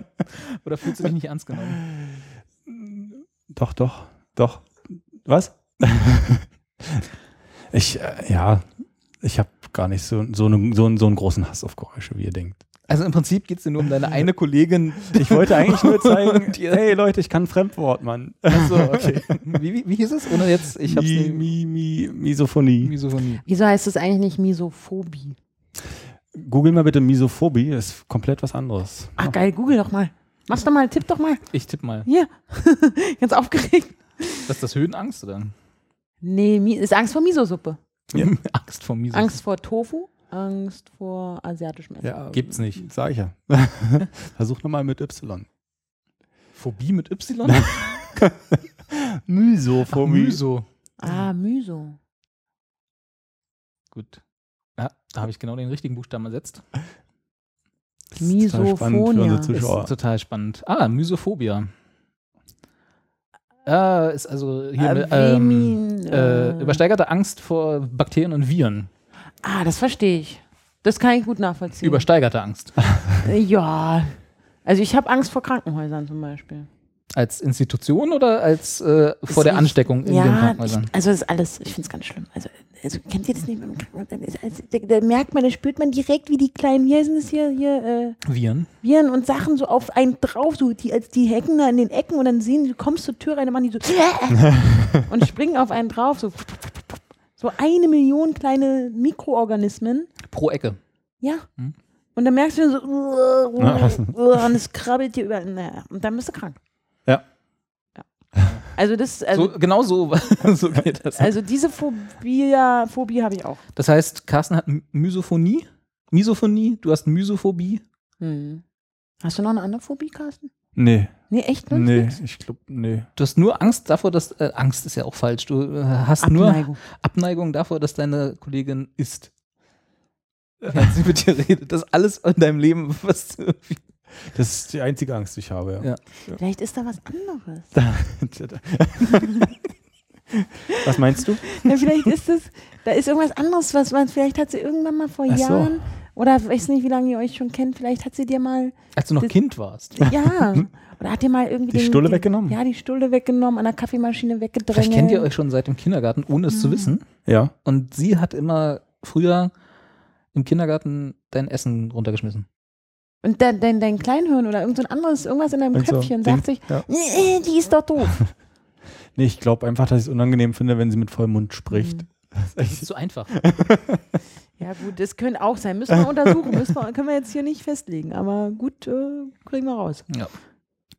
Speaker 1: [LAUGHS] Oder fühlst du dich nicht ernst genommen?
Speaker 2: Doch, doch, doch. Was? [LAUGHS] ich, äh, ja, ich habe gar nicht so, so, ne, so, so einen großen Hass auf Geräusche, wie ihr denkt.
Speaker 1: Also im Prinzip geht es dir nur um deine eine
Speaker 2: [LAUGHS]
Speaker 1: Kollegin.
Speaker 2: Ich wollte eigentlich [LAUGHS] nur zeigen,
Speaker 1: Und ihr-
Speaker 2: hey Leute, ich kann ein Fremdwort, Mann.
Speaker 1: Achso, okay. Wie, wie, wie hieß es? Ohne jetzt, ich hab's
Speaker 2: mi,
Speaker 1: nie.
Speaker 2: mi, mi, Misophonie.
Speaker 1: Misophonie.
Speaker 3: Wieso heißt es eigentlich nicht Misophobie?
Speaker 2: Google mal bitte Misophobie, ist komplett was anderes.
Speaker 3: Ach geil, google doch mal. Mach's doch mal, tipp doch mal.
Speaker 1: Ich tippe mal.
Speaker 3: Hier. [LAUGHS] Ganz aufgeregt.
Speaker 1: Ist das Höhenangst oder?
Speaker 3: Nee, Mi- ist Angst vor Miso-Suppe.
Speaker 1: [LAUGHS] Angst vor Misophonie.
Speaker 3: Angst vor Tofu. Angst vor asiatischem Essen.
Speaker 2: Ja,
Speaker 1: Gibt's nicht.
Speaker 2: Sag ich [LAUGHS] ja. Versuch nochmal mit Y.
Speaker 1: Phobie mit Y? Ach,
Speaker 2: Misophobie.
Speaker 1: Miso.
Speaker 3: Ah, Miso.
Speaker 1: Gut. Ja, da habe ich genau den richtigen Buchstaben ersetzt.
Speaker 2: Das ist total spannend für
Speaker 3: Misophonia.
Speaker 2: unsere Zuschauer.
Speaker 1: Ist total spannend. Ah, Misophobia. Ah, ist also hier mit,
Speaker 3: Ah,
Speaker 1: ähm,
Speaker 3: Avemin,
Speaker 1: äh,
Speaker 3: äh,
Speaker 1: übersteigerte Angst vor Bakterien und Viren.
Speaker 3: ah, das verstehe ich. Das kann ich gut nachvollziehen.
Speaker 1: Übersteigerte Angst
Speaker 3: ja. Also ich habe Angst vor Krankenhäusern zum Beispiel.
Speaker 1: als Institution oder als äh, vor der
Speaker 3: ich-
Speaker 1: Ansteckung in den
Speaker 3: Ja, ich,
Speaker 1: Krankenhäusern?
Speaker 3: also das ist alles, ich finde es ganz schlimm. Also, also kennt ihr das nicht mit dem Krankenhaus? Das ist alles- Da, da merkt man, da spürt man direkt, wie die kleinen, hier sind es hier, hier äh,
Speaker 1: Viren.
Speaker 3: Viren und Sachen so auf einen drauf, so die, als die Hecken da in den Ecken und dann sehen sie, du kommst zur Tür rein, dann machen die so
Speaker 1: [LAUGHS]
Speaker 3: und springen auf einen drauf, so, so eine Million kleine Mikroorganismen.
Speaker 1: Pro Ecke.
Speaker 3: Ja.
Speaker 1: Hm.
Speaker 3: Und dann merkst du so, [LAUGHS] und es krabbelt dir über. Naja, und dann bist du krank.
Speaker 2: Ja.
Speaker 3: Ja. Also das, also
Speaker 1: so, genau so, [LAUGHS] so geht das.
Speaker 3: also diese Phobie, ja, Phobie habe ich auch.
Speaker 1: Das heißt, Carsten hat M- Misophonie. Misophonie, du hast Misophobie.
Speaker 3: Hm. Hast du noch eine andere Phobie, Carsten?
Speaker 2: Nee,
Speaker 3: Nee, echt nicht?
Speaker 4: Nee, ich glaube, nee.
Speaker 1: Du hast nur Angst davor, dass äh, Angst ist ja auch falsch. Du äh, hast nur
Speaker 3: Abneigung.
Speaker 1: Abneigung davor, dass deine Kollegin isst. Wenn sie mit dir redet, das ist alles in deinem Leben, was du irgendwie
Speaker 2: das ist die einzige Angst, die ich habe. Ja.
Speaker 1: Ja.
Speaker 3: Vielleicht ist da was anderes.
Speaker 2: [LAUGHS] Was meinst du?
Speaker 3: ja, vielleicht ist es, da ist irgendwas anderes, was man, vielleicht hat sie irgendwann mal vor
Speaker 2: Ach so.
Speaker 3: Jahren, oder weiß nicht, wie lange ihr euch schon kennt, vielleicht hat sie dir mal,
Speaker 1: Als du noch
Speaker 3: Das-
Speaker 1: Kind warst.
Speaker 3: ja, oder hat dir mal irgendwie
Speaker 2: Die
Speaker 3: den-
Speaker 2: Stulle
Speaker 3: den-
Speaker 2: weggenommen?
Speaker 3: Ja, die Stulle weggenommen, an der Kaffeemaschine weggedrängt.
Speaker 1: Hm. Vielleicht kennt ihr euch schon seit dem Kindergarten, ohne es
Speaker 3: Mhm.
Speaker 1: zu wissen.
Speaker 2: Ja.
Speaker 1: Und sie hat immer früher im Kindergarten dein Essen runtergeschmissen.
Speaker 3: Und dein, dein, dein Kleinhirn oder irgend so ein anderes, irgendwas in deinem
Speaker 1: Also,
Speaker 2: Irgend so ein
Speaker 3: Köpfchen
Speaker 2: also Ding,
Speaker 3: sagt sich,
Speaker 2: ja.
Speaker 3: "Nee, die ist doch doof.
Speaker 1: [LAUGHS]
Speaker 2: Nee, ich glaube einfach, dass ich es unangenehm finde, wenn sie mit vollem Mund spricht.
Speaker 1: Das ist zu
Speaker 3: [LAUGHS]
Speaker 1: einfach.
Speaker 3: Ja, gut, das können auch sein.
Speaker 1: [LAUGHS]
Speaker 3: Müssen wir untersuchen. Müssen wir, können wir jetzt hier nicht festlegen. Aber gut, äh, kriegen wir raus.
Speaker 1: Ja.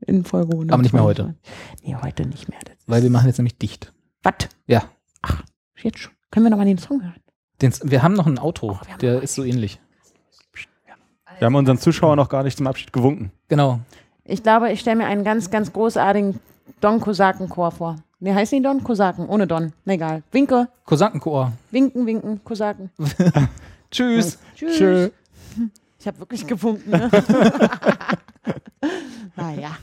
Speaker 3: In Folge 100.
Speaker 1: Aber nicht mehr heute.
Speaker 3: Nee, heute nicht mehr. Das
Speaker 1: Weil wir machen jetzt nämlich dicht.
Speaker 3: Was?
Speaker 1: Ja.
Speaker 3: Ach, jetzt schon. Können wir nochmal den Song hören?
Speaker 1: Den, wir haben noch ein Outro,
Speaker 3: Oh, wir haben
Speaker 1: der ist so ähnlich.
Speaker 2: Wir haben unseren Zuschauern noch gar nicht zum Abschied gewunken.
Speaker 1: Genau.
Speaker 3: Ich glaube, ich stelle mir einen ganz, ganz großartigen Don-Kosaken-Chor vor. Nee, heißt nicht Don, Kosaken. Ohne Don. Na egal. Winke,
Speaker 1: Kosakenchor.
Speaker 3: winken, winken, Kosaken.
Speaker 1: Tschüss.
Speaker 3: Tschüss.
Speaker 1: Tschö.
Speaker 3: Ich habe wirklich gewunken. Ne? [LAUGHS] naja.